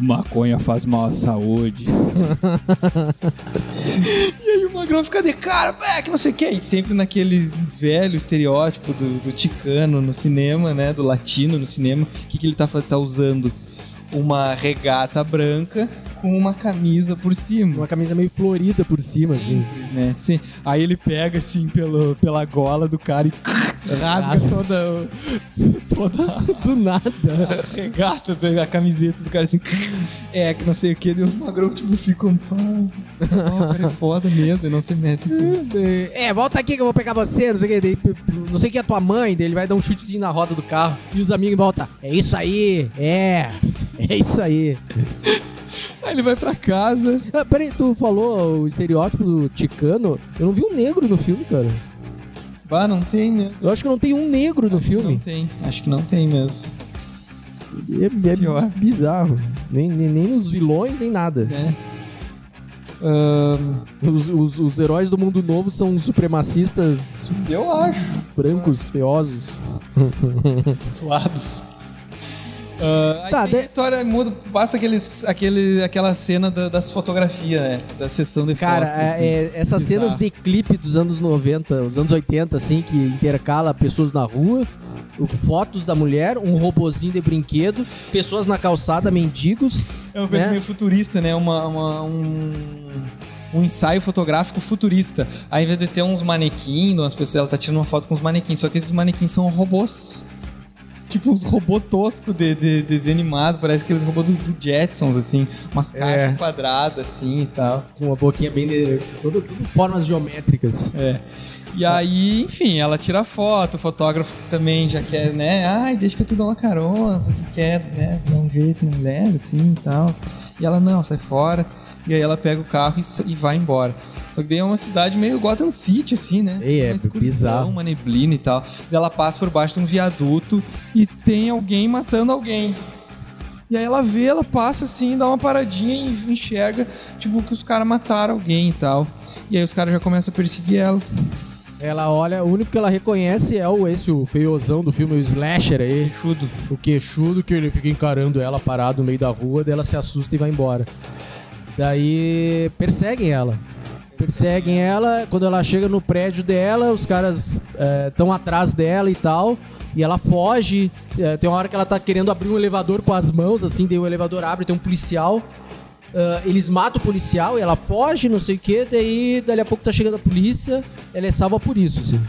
A: Maconha faz mal à saúde.
C: e aí o magrão fica de cara, é que não sei o que. E sempre naquele velho estereótipo do, do ticano no cinema, né? Do latino no cinema, o que, que ele tá, fa- tá usando? Uma regata branca com uma camisa por cima.
B: Uma camisa meio florida por cima, assim. <laughs>
C: né? Sim. Aí ele pega assim pelo, pela gola do cara e Rasga toda, o- <laughs> toda
B: Do nada.
C: a regata, pega a camiseta do cara assim. É, que não sei o que, deu um magrão, tipo, fica um pau. O cara é foda mesmo, ele não se mete.
B: É, volta aqui que eu vou pegar você, não sei o que. daí, p- p- Não sei o que é tua mãe, daí ele vai dar um chutezinho na roda do carro. E os amigos voltam. É isso aí, é. É isso aí.
C: Aí ele vai pra casa.
B: Ah, peraí, tu falou o estereótipo do ticano. Eu não vi um negro no filme, cara.
C: Bah, não tem, né?
B: Eu acho que não tem um negro no
C: Não
B: filme.
C: tem, acho que não tem mesmo.
B: É, é
C: Pior.
B: bizarro. Nem, nem, nem os vilões, nem nada.
C: Né? Ahn,
B: Os, os, os heróis do mundo novo são supremacistas
C: eu acho.
B: brancos, feiosos.
C: lados. <laughs> Ah, aí
B: Tá,
C: tem a
B: de-
C: história muda, passa aqueles, aquele, aquela cena da- das fotografias, né? Da sessão de
B: Cara,
C: fotos.
B: é-
C: assim.
B: é- essas
C: bizarro.
B: cenas de clipe dos anos 90, dos anos 80, assim, que intercala pessoas na rua, o- fotos da mulher, um robozinho de brinquedo, pessoas na calçada, mendigos.
C: É uma coisa
B: né?
C: meio futurista, né? Uma, uma- um, um ensaio fotográfico futurista. Aí, ao invés de ter uns manequins, umas pessoas, ela tá tirando uma foto com uns manequins. Só que esses manequins são robôs. Tipo uns robôs toscos de, de- desenho animado. Parece aqueles robôs do, do Jetsons, assim. Umas caixas
B: É.
C: quadradas, assim, e tal.
B: com Uma boquinha bem de. Tudo, tudo formas geométricas.
C: E aí, enfim, ela tira foto, o fotógrafo também já quer, né? Ai, deixa que eu te dou uma carona, porque quer, né? Dá um jeito na mulher, assim e tal. E ela, não, sai fora. E aí ela pega o carro e, sa- e vai embora. Só que daí é uma cidade meio Gotham City, assim, né?
B: Ei, é
C: Uma escuridão,
B: bizarro.
C: Uma neblina e tal. Daí ela passa por baixo de um viaduto e tem alguém matando alguém. E aí ela vê, ela passa assim, dá uma paradinha e enxerga, tipo, que os caras mataram alguém e tal. E aí os caras já começam a perseguir ela.
B: Ela olha, o único que ela reconhece é o esse, o feiozão do filme, o Slasher aí,
C: Queixudo.
B: o queixudo que ele fica encarando ela parado no meio da rua, daí ela se assusta e vai embora. Daí perseguem ela. Perseguem ela, quando ela chega no prédio dela, os caras estão atrás dela e tal. E ela foge. É, tem uma hora que ela tá querendo abrir um elevador com as mãos, assim, daí o elevador abre, tem um policial. Ah, eles matam o policial e ela foge, não sei o que, daí dali a pouco tá chegando a polícia, ela é salva por isso, assim.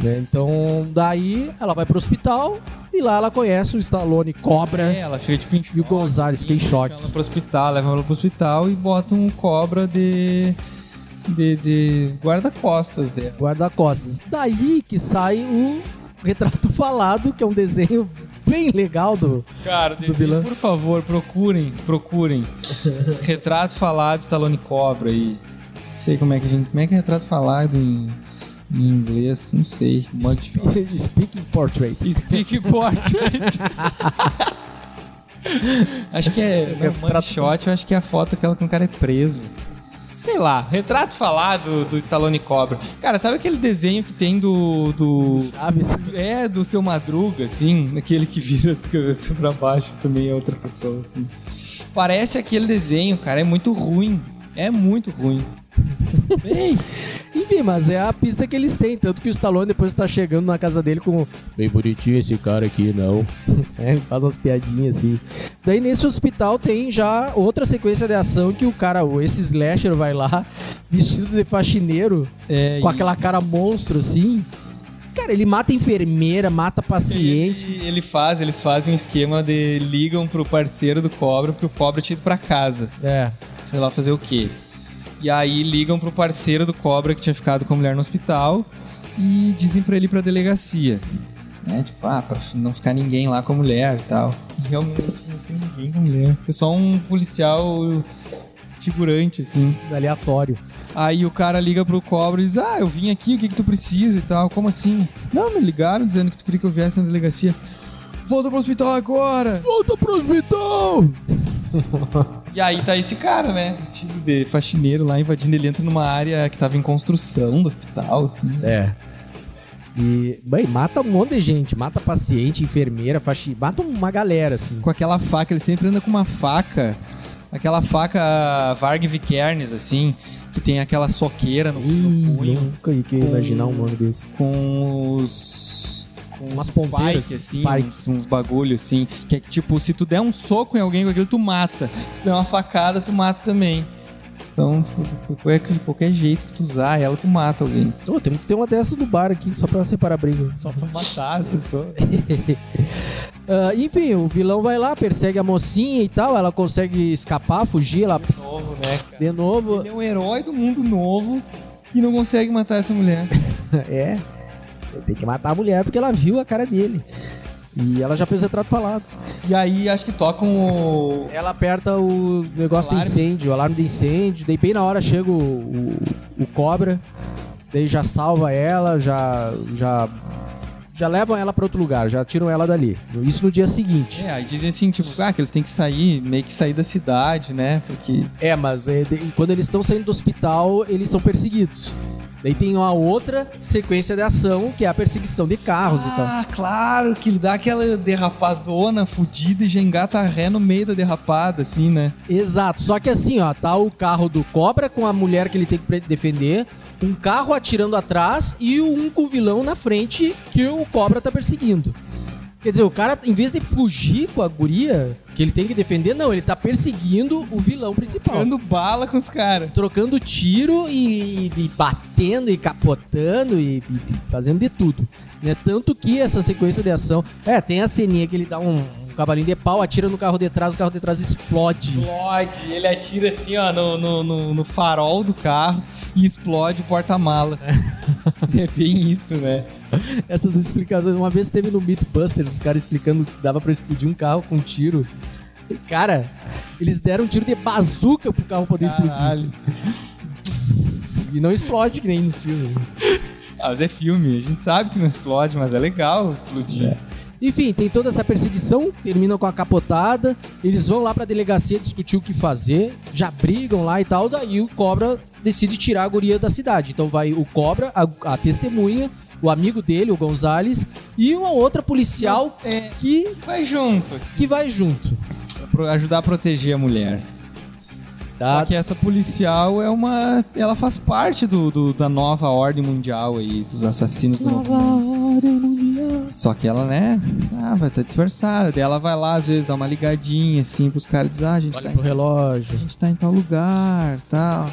B: né? Então, daí ela vai pro hospital e lá ela conhece o Stallone Cobra
C: É, ela chega tipo em choque,
B: e o Gonzalez, fica em choque.
C: Ela pro hospital, leva ela pro hospital e bota um cobra de. de, de guarda-costas dela.
B: guarda-costas. Daí que sai o Retrato <laughs> Falado, que é um desenho bem legal do.
C: Cara,
B: desenho, vilão.
C: por favor, procurem,
B: <laughs>
C: procurem. retrato falado, Stallone Cobra e. Não sei como é que a gente. Como é que é retrato falado em, em inglês? Não sei. um Mud
B: Spe- <laughs> Speaking Portrait.
C: Speak Portrait. <laughs> acho que é. Não,
B: Retrato-
C: mug shot, eu acho que é a foto aquela que um cara é preso. Sei lá, retrato falado do Stallone Cobra. Cara, sabe aquele desenho que tem do. do
B: Chaves.
C: é, do seu Madruga, assim, aquele que vira de cabeça pra baixo também é outra pessoa, assim. Parece aquele desenho, cara, é muito ruim. É muito <laughs> ruim. Ei,
B: Enfim, mas é a pista que eles têm. Tanto que o Stallone depois tá chegando na casa dele com. Bem bonitinho esse cara aqui, não. <laughs> É, faz umas piadinhas assim. Daí nesse hospital tem já outra sequência de ação que o cara, o- esse slasher, vai lá, vestido de faxineiro,
C: é,
B: com
C: e-
B: aquela cara monstro assim. Cara, ele mata enfermeira, mata paciente.
C: Ele, ele faz, eles fazem um esquema de ligam pro parceiro do cobra, porque o cobra tinha ido pra casa.
B: É.
C: Sei lá fazer o quê. E aí ligam pro parceiro do cobra que tinha ficado com a mulher no hospital e dizem pra ele ir pra delegacia. Né? Tipo, ah, pra não ficar ninguém lá com a mulher e tal. E realmente não tem ninguém com a mulher. É só um policial figurante, assim.
B: aleatório.
C: Aí o cara liga pro cobra e diz: Ah, eu vim aqui, o que que tu precisa e tal. Como assim? Não, me ligaram dizendo que tu queria que eu viesse na delegacia. Volta pro hospital agora!
B: Volta pro hospital!
C: E aí tá esse cara, né? Vestido de faxineiro lá, invadindo. Ele entra numa área que tava em construção do hospital, assim.
B: É. E, bem, mata um monte de gente. Mata paciente, enfermeira, faxi... Mata uma galera, assim.
C: Com aquela faca, ele sempre anda com uma faca. Aquela faca Varg Vikernes, assim, que tem aquela soqueira no, no
B: Ih,
C: punho.
B: nunca ia que eu ia imaginar um nome desse.
C: com os. Com
B: Umas
C: uns
B: ponteiras,
C: spike, assim,
B: spike.
C: Uns, uns bagulho assim. Que é que, tipo, se tu der um soco em alguém com aquilo, tu mata. Se tu der uma facada, tu mata também. Então, é que de qualquer jeito que tu usar, é ela tu mata alguém.
B: Ô, tem, tem uma dessas no bar aqui, só pra separar a briga.
C: Só pra matar as pessoas.
B: Ah, enfim, o vilão vai lá, persegue a mocinha e tal, ela consegue escapar, fugir, ela
C: De <laughs> novo, né, cara?
B: de novo.
C: Ele é um herói do mundo novo e não consegue matar essa mulher.
B: <laughs> É. Tem que matar a mulher porque ela viu a cara dele. E ela já fez retrato falado.
C: E aí, acho que tocam o...
B: Ela aperta o negócio
C: Alarme.
B: de incêndio, o alarme de incêndio. Daí bem na hora chega o, o, o cobra. Daí já salva ela, já. já. Já levam ela pra outro lugar, já tiram ela dali. Isso no dia seguinte.
C: É, aí dizem assim, tipo, ah, que eles têm que sair, meio que sair da cidade, né? Porque
B: É, mas é, de- quando eles estão saindo do hospital, eles são perseguidos. Daí tem uma outra sequência de ação, que é a perseguição de carros e tal.
C: Ah, claro, que ele dá aquela derrapadona fudida e já engata a ré no meio da derrapada, assim, né?
B: Exato, só que assim, ó, tá o carro do Cobra com a mulher que ele tem que pre- defender, um carro atirando atrás e um com o vilão na frente que o Cobra tá perseguindo. Quer dizer, o cara, em vez de fugir com a guria, que ele tem que defender, não, ele tá perseguindo o vilão principal.
C: Dando bala com os caras.
B: Trocando tiro e, e batendo e capotando e, e- e fazendo de tudo. Né? Tanto que essa sequência de ação. É, tem a ceninha que ele dá um, um cavalinho de pau, atira no carro de trás, o carro de trás explode.
C: Explode, ele atira assim, ó, no, no, no- no farol do carro e explode o <laughs> porta-mala. é bem isso, né?
B: essas explicações. Uma vez teve no Mythbusters, os caras explicando se dava pra explodir um carro com um tiro. Cara, eles deram um tiro de bazuca pro carro poder
C: Caralho.
B: explodir. E não explode que nem nos filmes.
C: Ah, mas é filme, a gente sabe que não explode, mas é legal explodir.
B: Enfim, tem toda essa perseguição, terminam com a capotada, eles vão lá pra delegacia discutir o que fazer, já brigam lá e tal, daí o Cobra decide tirar a guria da cidade. Então vai o Cobra, a, a testemunha, o amigo dele, o Gonzales, e uma outra policial
C: É,
B: que,
C: vai junto,
B: que vai junto.
C: pra pro- ajudar a proteger a mulher.
B: Tá?
C: Só que essa policial é uma. Ela faz parte do, do- da nova ordem mundial aí, dos assassinos do movimento. Só que ela, né? Ah, vai estar disfarçada. Daí ela vai lá, às vezes, dá uma ligadinha, assim, pros caras e diz, ah, a gente, tá
B: Olha
C: em,
B: pro relógio.
C: a gente tá em tal lugar, tal.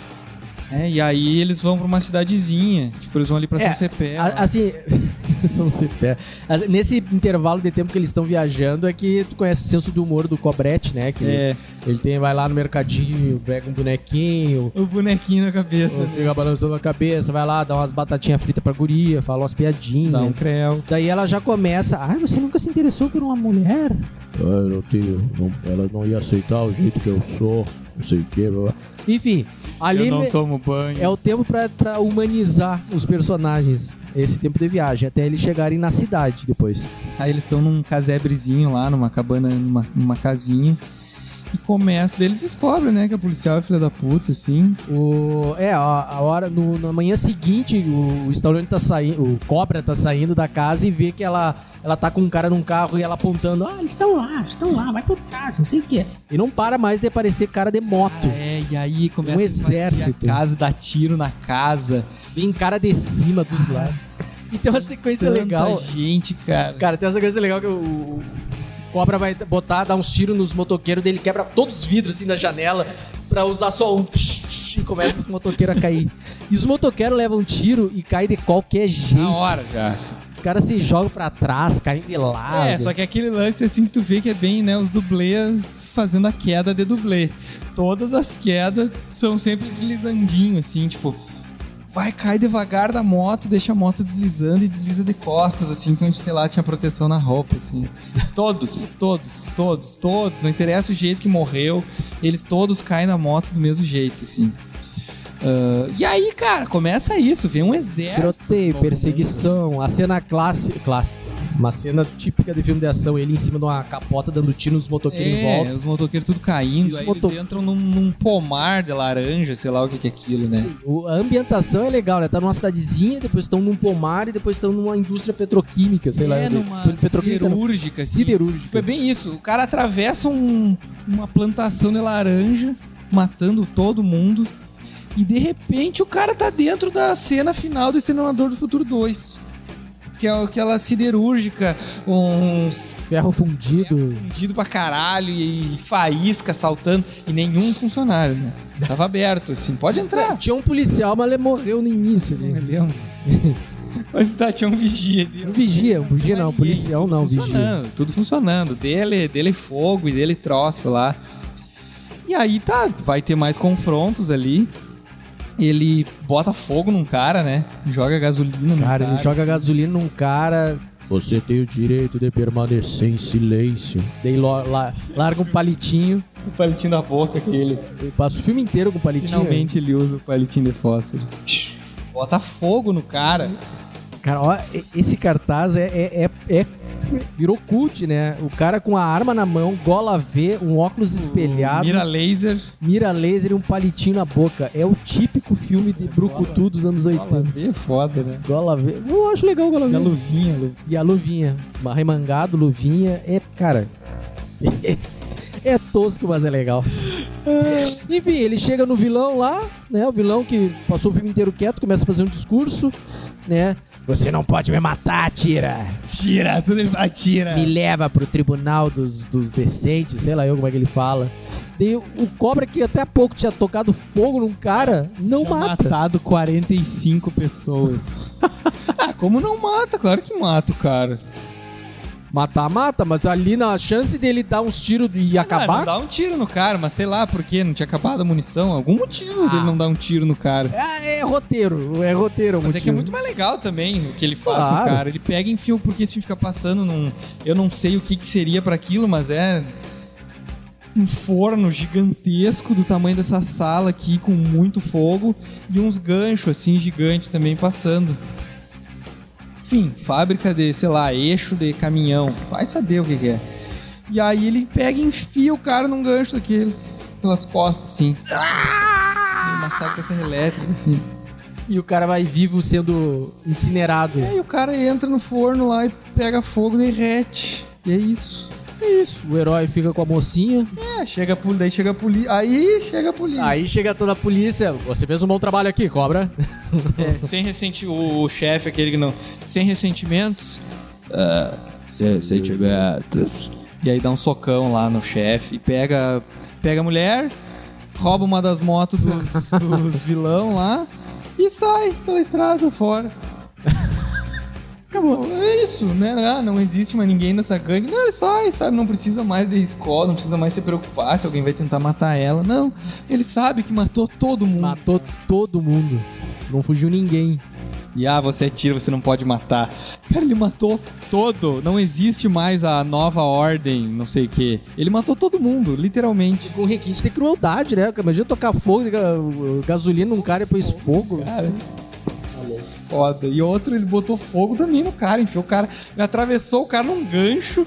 C: É, e aí eles vão pra uma cidadezinha. Tipo, eles vão ali pra
B: É,
C: São Cepé.
B: A-
C: lá.
B: Assim, <laughs> são cipé. As- Nesse intervalo de tempo que eles estão viajando é que tu conhece o senso do humor do Cobrete, né? Que
C: É,
B: ele tem, vai lá no mercadinho, pega um bonequinho,
C: o bonequinho na cabeça.
B: ou fica balançando a cabeça, vai lá, dá umas batatinhas fritas pra guria, fala umas piadinhas.
C: Dá um creu.
B: Daí ela já começa, ai, você nunca se interessou por uma mulher?
F: ela "Ah, não ia aceitar o jeito que eu sou, não sei o que.
B: Enfim, ali
C: Eu não
B: ne-
C: tomo banho.
B: é o tempo pra, pra humanizar os personagens, esse tempo de viagem, até eles chegarem na cidade depois.
C: Aí eles estão num casebrezinho lá, numa cabana, numa, numa casinha. E começa, daí eles descobrem, né, que a policial é filha da puta, assim.
B: O, é, a, a hora, no- na manhã seguinte, o, o Stallone tá saindo, o Cobra tá saindo da casa e vê que ela, ela tá com um cara num carro e ela apontando, ah, eles estão lá, estão lá, vai por trás, não sei o quê. E não para mais de aparecer cara de moto,
C: É, e aí começa
B: Um
C: a invadir
B: exército.
C: A casa, dá tiro na casa.
B: vem cara de cima dos lados. E tem uma sequência
C: Tanta
B: é legal.
C: gente, cara.
B: Cara, tem uma sequência legal que o, o Cobra vai botar, dar uns tiros nos motoqueiros dele, quebra todos os vidros assim na janela pra usar só um psh, psh, e começa os motoqueiros a cair. E os motoqueiros levam um tiro e caem de qualquer jeito.
C: Na hora já. assim.
B: Os caras se jogam pra trás, caem de lado.
C: é, só que aquele lance assim que tu vê que é bem, né, os dublês fazendo a queda de dublê. Todas as quedas são sempre deslizandinho, assim, tipo... Vai, cai devagar da moto, deixa a moto deslizando e desliza de costas, assim, que onde, sei lá, tinha proteção na roupa, assim. Todos, todos, todos, todos, não interessa o jeito que morreu, eles todos caem na moto do mesmo jeito, assim. Ah, e aí, cara, começa isso, vem um exército.
B: Tiroteio, perseguição, a cena clássica. Clássica. Uma cena típica de filme de ação, ele em cima de uma capota dando tiro nos motoqueiros em
C: É,
B: volta.
C: os motoqueiros tudo
B: E
C: caindo,
B: os
C: aí
B: moto-
C: eles entram num, num pomar de laranja, sei lá o que, que é aquilo, né?
B: O- a ambientação é legal, né? Tá numa cidadezinha, depois estão num pomar e depois estão numa indústria petroquímica, sei lá.
C: é,
B: de-
C: numa
B: petroquímica não,
C: siderúrgica. assim. Tipo,
B: siderúrgica.
C: é bem isso, o cara atravessa um- uma plantação de laranja, matando todo mundo, e de repente o cara tá dentro da cena final do Exterminador do Futuro 2. que é aquela siderúrgica, uns
B: Ferro fundido.
C: fundido pra caralho e, e faísca saltando e nenhum funcionário, né? Tava aberto, assim, pode entrar.
B: Tinha um policial, mas ele morreu no início,
C: Não me
B: né?
C: lembro. <laughs> Mas tá, tinha um vigia ali.
B: Um vigia, um vigia não, um policial não, um vigia.
C: funcionando, Tudo funcionando. Dele, dele fogo e dele troço lá. E aí tá, vai ter mais confrontos ali. Ele bota fogo num cara, né? Joga gasolina no cara.
B: Cara, ele joga gasolina num cara. Você tem o direito de permanecer em silêncio. Daí lo- la- larga um palitinho.
C: o palitinho da boca que ele.
B: Eu passo o filme inteiro com palitinho.
C: Finalmente ele usa o palitinho de fósforo. Bota fogo no cara.
B: Cara, ó, e- esse cartaz é, é, é- é- Virou cult, né? O cara com a arma na mão, gola V, um óculos espelhado,
C: Mira
B: mira...
C: laser.
B: laser e um palitinho na boca. É o típico filme de brucutu dos anos 80.
C: Vê, foda, né?
B: Gola V. Eu acho legal o Gola
C: E
B: V.
C: a luvinha, lu-
B: E a luvinha. Remangado, luvinha. É, cara. <laughs> É tosco, mas é legal. Enfim, ele chega no vilão lá, né? O vilão que passou o filme inteiro quieto, começa a fazer um discurso, né? Você não pode me matar, tira!
C: Tira, tudo ele atira.
B: Me leva pro tribunal dos, dos decentes, sei lá eu como é que ele fala. Daí o o cobra que até há pouco tinha tocado fogo num cara, não
C: Tinha
B: mata.
C: matado 45 pessoas. <laughs> ah, como não mata? Claro que mata o cara.
B: Matar, mata, mas ali na chance dele dar uns tiros e
C: Ah, não
B: acabar
C: dá um tiro no cara, mas sei lá por quê, não tinha acabado a munição, algum motivo
B: Ah.
C: dele não dar um tiro no cara.
B: Ah, é roteiro, é roteiro. o
C: Mas é que é
B: motivo.
C: muito mais legal também o que ele faz com o
B: Claro.
C: cara. Ele pega e enfia, o- porque esse filme fica passando num. Eu não sei o que, que seria pra aquilo, mas é. Um forno gigantesco do tamanho dessa sala aqui, com muito fogo, e uns ganchos assim gigantes também passando. Enfim, fábrica de, sei lá, eixo de caminhão. Vai saber o que, que é. E aí ele pega e enfia o cara num gancho daqueles pelas costas, assim. Ah! Ele massacra essa elétrica, assim.
B: E o cara vai vivo sendo incinerado.
C: E aí o cara entra no forno lá e pega fogo, derrete. E é isso.
B: É isso. O herói fica com a mocinha.
C: É, chega a poli... daí chega a poli... Aí chega a polícia.
B: Aí chega toda a polícia. Você fez um bom trabalho aqui,
C: <laughs>
B: cobra.
C: É, sem ressenti... O chefe, aquele que não... Sem ressentimentos. ah,
A: Se- Sentimentos.
C: E aí dá um socão lá no chefe. e Pega... Pega a mulher, rouba uma das motos dos, dos vilão lá e sai pela estrada fora. Acabou. É isso, né? Ah, não existe mais ninguém nessa gangue. Não, ele sai, sabe? Não precisa mais de escola, não precisa mais se preocupar se alguém vai tentar matar ela. Não, ele sabe que matou todo mundo.
B: Matou todo mundo. Não fugiu ninguém.
C: E ah, você é tiro, você não pode matar. Cara, ele matou todo. Não existe mais a nova ordem, não sei o quê. Ele matou todo mundo, literalmente.
B: Com requinte tem crueldade, né? Imagina tocar fogo, ga- gasolina num cara e depois fogo.
C: Cara. Foda. E outro, ele botou fogo também no cara, enfiou o cara. Ele atravessou o cara num gancho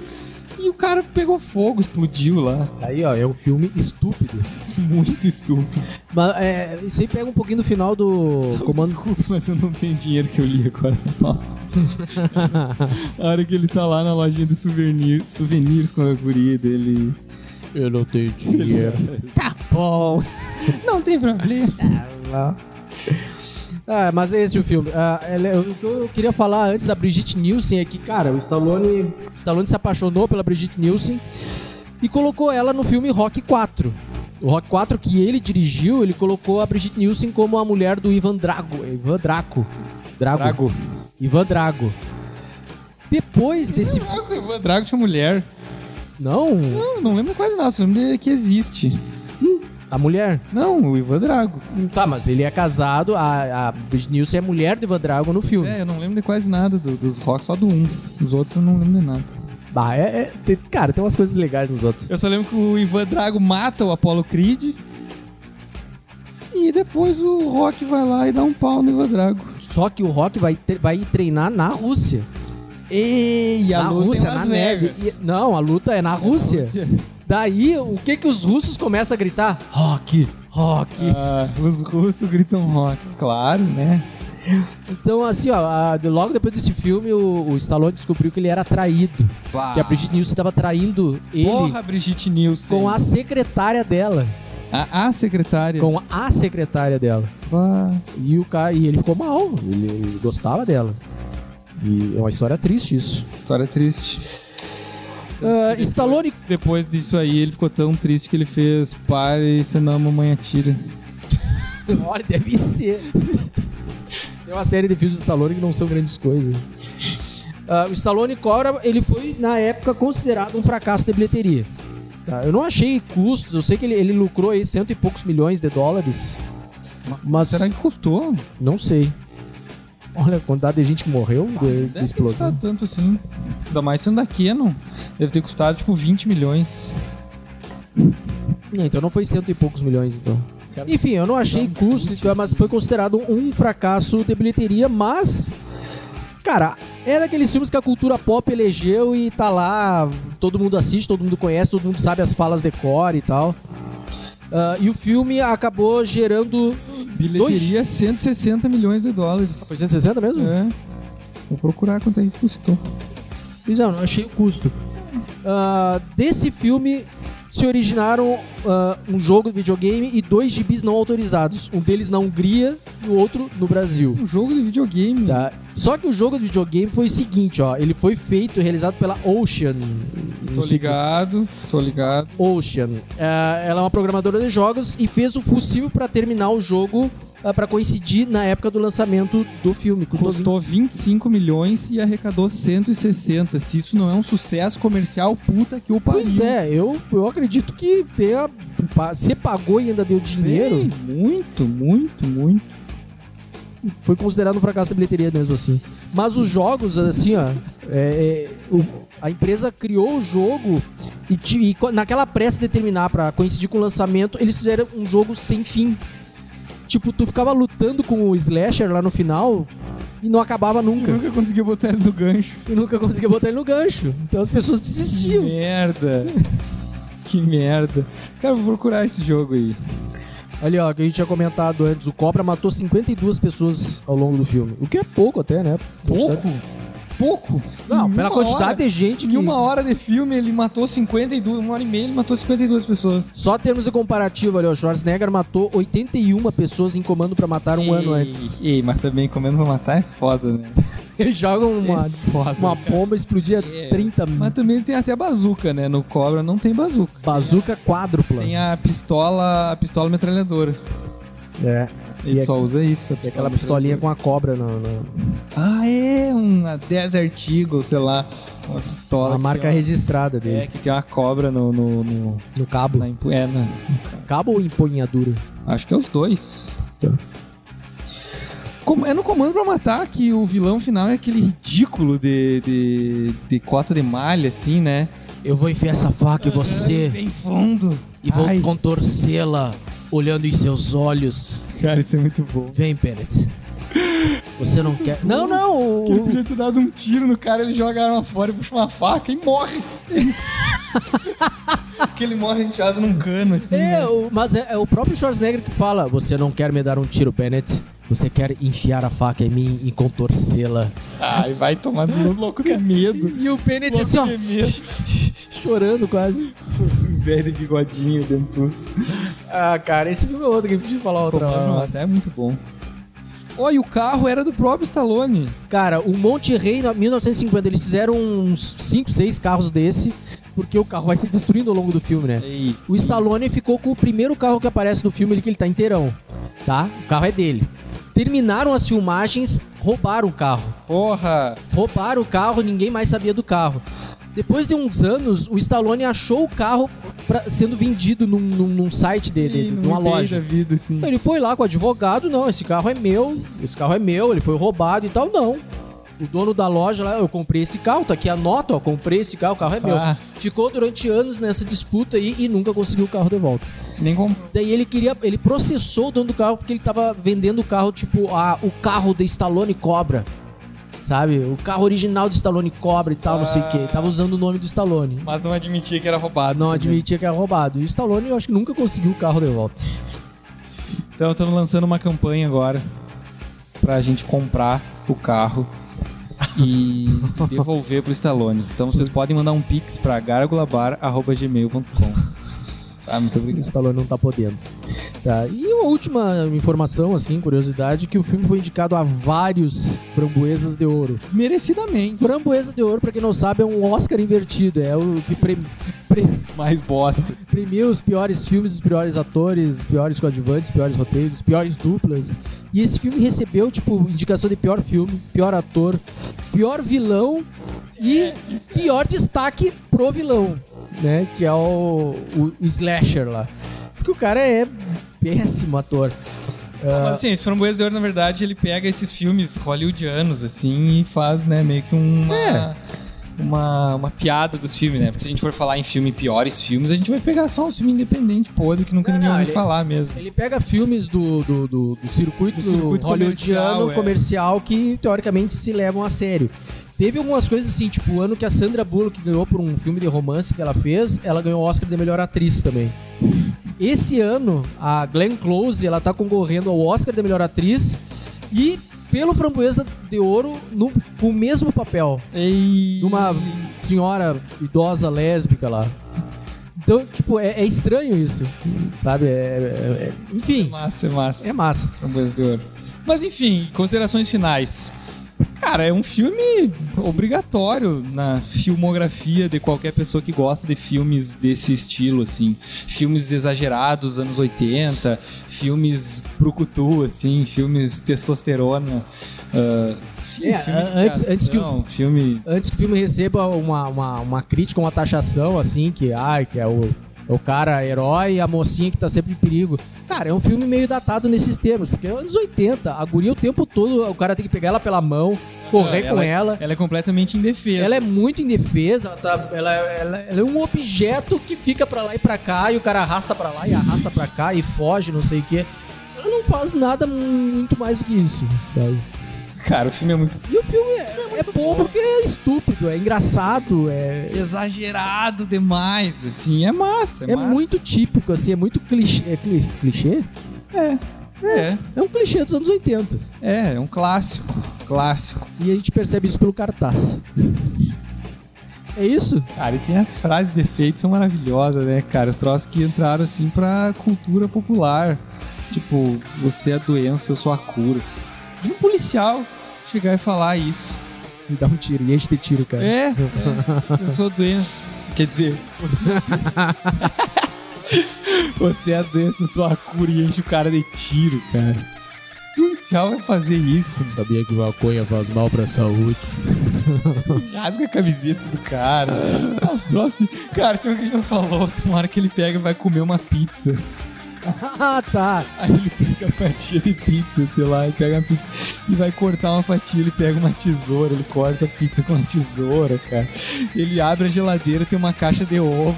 C: e o cara pegou fogo, explodiu lá. <laughs>
B: Aí, ó, é um filme estúpido.
C: Muito estúpido.
B: Mas é, isso aí pega um pouquinho do final do Comando.
C: Desculpa, mas eu não tenho dinheiro que eu li agora. Nossa. A hora que ele tá lá na lojinha de souvenir, souvenirs com a guria dele.
B: Eu não tenho dinheiro. tá bom.
C: Não tem problema.
B: Ah, mas é esse o filme. Ah, ela- eu- o que eu queria falar antes da Brigitte Nielsen é que, cara, o Stallone, o Stallone se apaixonou pela Brigitte Nielsen e colocou ela no filme Rock 4. O Rock 4 que ele dirigiu, ele colocou a Brigitte Nielsen como a mulher do Ivan Drago. Ivan Draco. Drago.
C: Drago.
B: Ivan Drago. Depois desse.
C: Drago, Ivan Drago tinha mulher.
B: Não,
C: Não, não lembro quase nada, só lembro dele que existe.
B: a mulher.
C: Não, o Ivan Drago.
B: Tá, mas ele é casado, a, a Brigitte Nielsen é mulher do Ivan Drago no filme.
C: É, eu não lembro de quase nada do- dos rock, só do um. Os outros eu não lembro de nada.
B: Bah, é- é- tem- cara, tem umas coisas legais nos outros.
C: Eu só lembro que o Ivan Drago mata o Apollo Creed. E depois o Rock vai lá e dá um pau no Ivan Drago.
B: Só que o Rock vai, tre- vai treinar na Rússia.
C: Ei,
B: na Rússia, na neve. E- não, a luta é na Rússia. Daí, o que que os russos começam a gritar? Rock, rock.
C: Ah, os russos gritam rock, claro, né?
B: Então, assim, ó, a- de- logo depois desse filme, o, o Stallone descobriu que ele era traído. Que a Brigitte Nielsen estava traindo ele
C: Ah. Porra, Brigitte Nielsen.
B: com a secretária dela.
C: a, a secretária.
B: Com a secretária dela.
C: Bah.
B: E, o cara, e ele ficou mal. Ele, ele gostava dela. E é uma história triste isso.
C: História triste.
B: Ah, Stallone.
C: Depois disso aí, ele ficou tão triste que ele fez pare, senão a mamãe atira.
B: <laughs> Olha, deve ser. Tem uma série de filmes do Stallone que não são grandes coisas. Ah, o Stallone Cobra, ele foi, na época, considerado um fracasso de bilheteria. Tá, Eu não achei custos, eu sei que ele, ele lucrou aí cento e poucos milhões de dólares. Mas
C: Será que custou?
B: não sei. Olha a quantidade de gente que morreu de, de
C: Deve ter
B: explosão.
C: custado tanto assim. Ainda mais sendo da Canon. Deve ter custado tipo 20 milhões.
B: Não, então não foi cento e poucos milhões, então. Enfim, eu não achei custo, então, mas foi considerado um fracasso de bilheteria, mas. Cara, é daqueles filmes que a cultura pop elegeu e tá lá, todo mundo assiste, todo mundo conhece, todo mundo sabe as falas de cor e tal. Ah, e o filme acabou gerando.
C: Bilheteria 160 milhões de dólares.
B: Foi 160 mesmo?
C: É. Vou procurar quanto é que custou.
B: Pois é, eu não achei o custo. Ah, desse filme se originaram ah, um jogo de videogame e dois gibis não autorizados. Um deles na Hungria e o outro no Brasil.
C: Um jogo de videogame.
B: Tá? Só que o jogo de videogame foi o seguinte, ó. Ele foi feito, realizado pela Ocean.
C: Tô
B: Não sei
C: ligado, tô ligado.
B: Ocean. É, ela é uma programadora de jogos e fez o possível pra terminar o jogo ah, pra coincidir na época do lançamento do filme. Custou
C: Custou 25 milhões e arrecadou 160. Se isso não é um sucesso comercial, puta que o pariu.
B: Pois é, eu, eu acredito que tenha. pa- Se pagou e ainda deu dinheiro,
C: Bem, muito, muito, muito.
B: foi considerado um fracasso da bilheteria mesmo assim. Mas os jogos, assim, ó. é, é, o- a empresa criou o jogo e, ti- e co- naquela pressa de terminar pra coincidir com o lançamento, eles fizeram um jogo sem fim. Tipo, tu ficava lutando com o Slasher lá no final e não acabava nunca.
C: Nunca conseguiu botar ele no gancho.
B: E nunca conseguia botar ele no gancho. Então as pessoas
C: Que
B: desistiam.
C: merda. <laughs> que merda. Cara, vou procurar esse jogo aí.
B: Ali, ó, que a gente tinha comentado antes, o Cobra matou 52 pessoas ao longo do filme. O que é pouco até, né? Quantidade-
C: Pouco? Pouco?
B: Não,
C: Em
B: pela
C: uma
B: quantidade
C: hora-
B: de gente que...
C: Em uma hora de filme, ele matou 52, uma hora e meia, ele matou 52 pessoas.
B: Só em termos de comparativo ali, ó, Schwarzenegger matou 81 pessoas em comando pra matar um ano antes.
C: Ei, mas também comendo pra matar é foda, né?
B: <laughs> Eles jogam uma,
C: É foda.
B: uma bomba e explodia
C: É,
B: 30
C: Mas também tem até bazuca, né? No Cobra não tem bazuca.
B: bazuca quádrupla.
C: Tem a pistola, a pistola metralhadora.
B: É,
C: Ele
B: E
C: só usa isso. a
B: e
C: pistola
B: aquela pistolinha com a cobra na, na-
C: metralhadora. Ah, é, uma 10 artigos, sei lá. Uma pistola.
B: na
C: que
B: marca
C: tem uma-
B: registrada
C: É,
B: dele,
C: que tem uma cobra no. no, no
B: no cabo.
C: na empu- é, na-
B: Cabo ou empunhadura?
C: Acho que é os dois.
B: Tá.
C: Como- é no Comando pra Matar que o vilão final é aquele ridículo de, de, de cota de malha, assim, né?
B: Eu vou enfiar essa faca em você
C: Bem fundo.
B: e vou
C: Ai,
B: contorcê-la olhando em seus olhos.
C: Cara, isso é muito bom.
B: Vem, Bennett. Você não quer... Não, não! o-
C: <laughs> Ele podia ter dado um tiro no cara, ele joga a arma fora e puxa uma faca e morre. É isso. <laughs> Porque ele morre enfiado num cano, assim.
B: É,
C: né?
B: o- mas é, é o próprio Schwarzenegger que fala: Você não quer me dar um tiro, Bennett. Você quer enfiar a faca em mim e contorcê-la.
C: Ai, vai tomar no louco de <laughs> medo.
B: E o Bennett
C: assim,
B: assim, <laughs>
C: ó,
B: ó. Chorando quase.
C: Velho bigodinho, dentuço.
B: Ah, cara, esse filme é outro que podia falar outra hora.
C: Até é muito bom. Olha, o carro era do próprio Stallone.
B: Cara, o Monte Rei, em 1950, eles fizeram uns 5, 6 carros desse, porque o carro vai se destruindo ao longo do filme, né?
C: Ei,
B: O Stallone ficou com o primeiro carro que aparece no filme, ele que ele tá inteirão, tá? O carro é dele. Terminaram as filmagens, roubaram o carro.
C: porra!
B: roubaram o carro, ninguém mais sabia do carro. Depois de uns anos, o Stallone achou o carro pra- sendo vendido num, num- num site dele,
C: Ih, no
B: numa
C: eBay
B: loja.
C: Da vida, assim.
B: Então ele foi lá com o advogado, não, esse carro é meu, esse carro é meu, ele foi roubado e tal, não. O dono da loja lá, eu comprei esse carro, tá aqui a nota, ó, comprei esse carro, o carro é meu.
C: Ah,
B: Ficou durante anos nessa disputa aí e nunca conseguiu o carro de volta.
C: nem comprou.
B: Daí ele queria, ele processou o dono do carro porque ele tava vendendo o carro tipo a, o carro de Stallone Cobra. Sabe? O carro original de Stallone Cobra e tal, não sei o que. Tava usando o nome do Stallone.
C: Mas não admitia que era roubado.
B: Não admitia que era roubado. E o Stallone eu acho que nunca conseguiu o carro de volta.
C: Então estamos lançando uma campanha agora pra gente comprar o carro
B: <laughs>
C: e devolver pro Stallone. Então vocês podem mandar um pix pra gargulabar.gmail.com. Ah, muito
B: O
C: obrigado.
B: Stallone não tá podendo. Tá, E uma última informação, assim, curiosidade, que o filme foi indicado a vários framboesas de ouro.
C: Merecidamente.
B: Framboesa de ouro, pra quem não sabe, é um Oscar invertido. É o que pre- pre-
C: Mais bosta.
B: premia os piores filmes, os piores atores, os piores coadjuvantes, os piores roteiros, as piores duplas. E esse filme recebeu, tipo, indicação de pior filme, pior ator, pior vilão e pior destaque pro vilão, né? Que é o, o slasher lá. Porque o cara é péssimo ator. Ah,
C: Mas assim, esse Framboesa de Ouro, na verdade, ele pega esses filmes hollywoodianos, assim, e faz, né, meio que uma...
B: É.
C: Uma, uma piada dos filmes, né? Porque se a gente for falar em filme piores filmes, a gente vai pegar só um filme independente podre que nunca
B: Não,
C: ninguém
B: não,
C: ouviu
B: ele-
C: falar mesmo.
B: Ele pega filmes do, do, do, do circuito,
C: Do circuito
B: hollywoodiano,
C: comercial, é.
B: comercial, que teoricamente se levam a sério. Teve algumas coisas assim, tipo o ano que a Sandra Bullock ganhou por um filme de romance que ela fez, ela ganhou o Oscar de melhor atriz também. Esse ano, a Glenn Close, ela tá concorrendo ao Oscar de melhor atriz e pelo Framboesa de Ouro no, com o mesmo papel
C: E...
B: de uma senhora idosa lésbica lá. Então, tipo, é, é estranho isso, sabe? É- é- é- enfim,
C: Massa, massa.
B: é massa.
C: Framboesa de Ouro. Mas enfim, considerações finais. Cara, é um filme obrigatório na filmografia de qualquer pessoa que gosta de filmes desse estilo, assim. Filmes exagerados, anos 80, filmes brucutu, assim, filmes testosterona. ah,
B: É,
C: de
B: antes- antes que o-
C: ação, Filme...
B: Antes que o filme receba uma, uma, uma crítica, uma taxação, assim, que, ai, que é o, é o cara herói e a mocinha que tá sempre em perigo. Cara, é um filme meio datado nesses termos, porque é anos 80, a guria o tempo todo, o cara tem que pegar ela pela mão, correr com ela.
C: Ela é completamente indefesa.
B: Ela é muito indefesa, ela, tá, ela, ela- ela é um objeto que fica pra lá e pra cá, e o cara arrasta pra lá e arrasta pra cá e foge, não sei o quê. Ela não faz nada muito mais do que isso. sabe?
C: Cara, o filme é muito
B: E o filme é, é bom porque é estúpido, é engraçado, é,
C: exagerado demais, assim. É massa,
B: é
C: massa.
B: muito típico, assim, é muito clichê. É cli- clichê?
C: É,
B: É um clichê dos anos 80.
C: é, é um clássico. Clássico.
B: E a gente percebe isso pelo cartaz. É isso?
C: Cara, e tem as frases de efeito são maravilhosas, né, cara? Os troços que entraram assim pra cultura popular. Tipo, você é a doença, eu sou a cura. E um policial chegar e falar isso.
B: Me dá um tiro, e enche de tiro, cara.
C: É, é, eu sou a doença. Quer dizer. <laughs> você é a doença, eu sou a cura e enche o cara de tiro, cara. O policial vai fazer isso.
B: Sabia que maconha faz mal pra saúde.
C: Rasga a camiseta do cara. As troças. Cara, tem uma que a gente não falou. Tem uma hora que ele pega e vai comer uma pizza.
B: <laughs> ah, tá.
C: Aí ele pega a fatia de pizza, sei lá, e pega a pizza e vai cortar uma fatia, ele pega uma tesoura, ele corta a pizza com uma tesoura, cara. Ele abre a geladeira, tem uma caixa de ovo,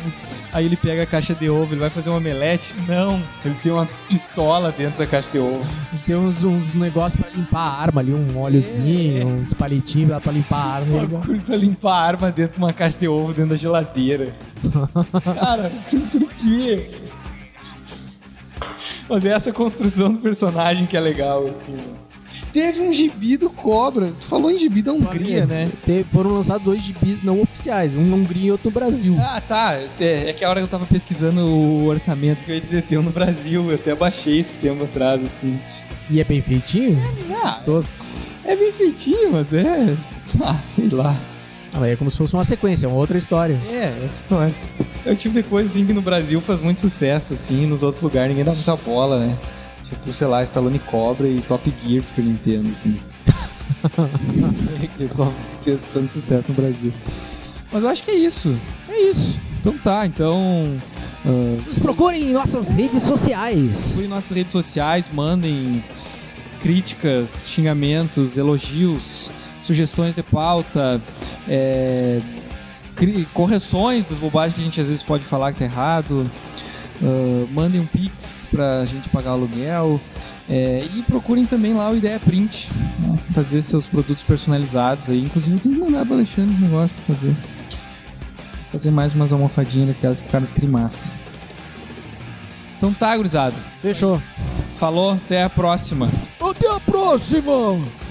C: aí ele pega a caixa de ovo, ele vai fazer um omelete? Não, ele tem uma pistola dentro da caixa de ovo.
B: Tem uns, uns negócios pra limpar a arma ali, um óleozinho, uns palitinhos pra- pra limpar a arma.
C: Uma coisa pra limpar a arma dentro de uma caixa de ovo dentro da geladeira. Cara, por quê? Mas é essa construção do personagem que é legal, assim. Teve um gibi do Cobra. Tu falou em gibi da Hungria, né?
B: Te- foram lançados dois gibis não oficiais, um na Hungria e outro no Brasil.
C: Ah, tá. É, é que a hora que eu tava pesquisando o orçamento que eu ia dizer tem um no Brasil. Eu até baixei esse tempo atrás, assim.
B: E é bem feitinho?
C: Ah,
B: Tosco.
C: é bem feitinho, mas é... <laughs> Ah, sei lá.
B: Ah, mas é como se fosse uma sequência, é uma outra história.
C: É, é história. É o tipo de coisa assim que no Brasil faz muito sucesso, assim, e nos outros lugares ninguém dá muita bola, né? Tipo, sei lá, Stallone Cobra e Top Gear pro Nintendo, assim. <laughs> que só fez tanto sucesso no Brasil. Mas eu acho que é isso.
B: É isso.
C: Então tá, então. ah,
B: Nos procurem em nossas redes sociais.
C: Procurem nossas redes sociais, mandem críticas, xingamentos, elogios, sugestões de pauta, é, cri- correções das bobagens que a gente às vezes pode falar que tá errado. Ah, mandem um pix pra gente pagar aluguel. é, e procurem também lá o Ideia Print, né, fazer seus produtos personalizados aí. Inclusive, tem que mandar pro Alexandre os negócios pra fazer. Fazer mais umas almofadinhas daquelas que ficaram trimassa. Então tá, gurizada.
B: Fechou.
C: Falou, até a próxima.
B: Até a próxima!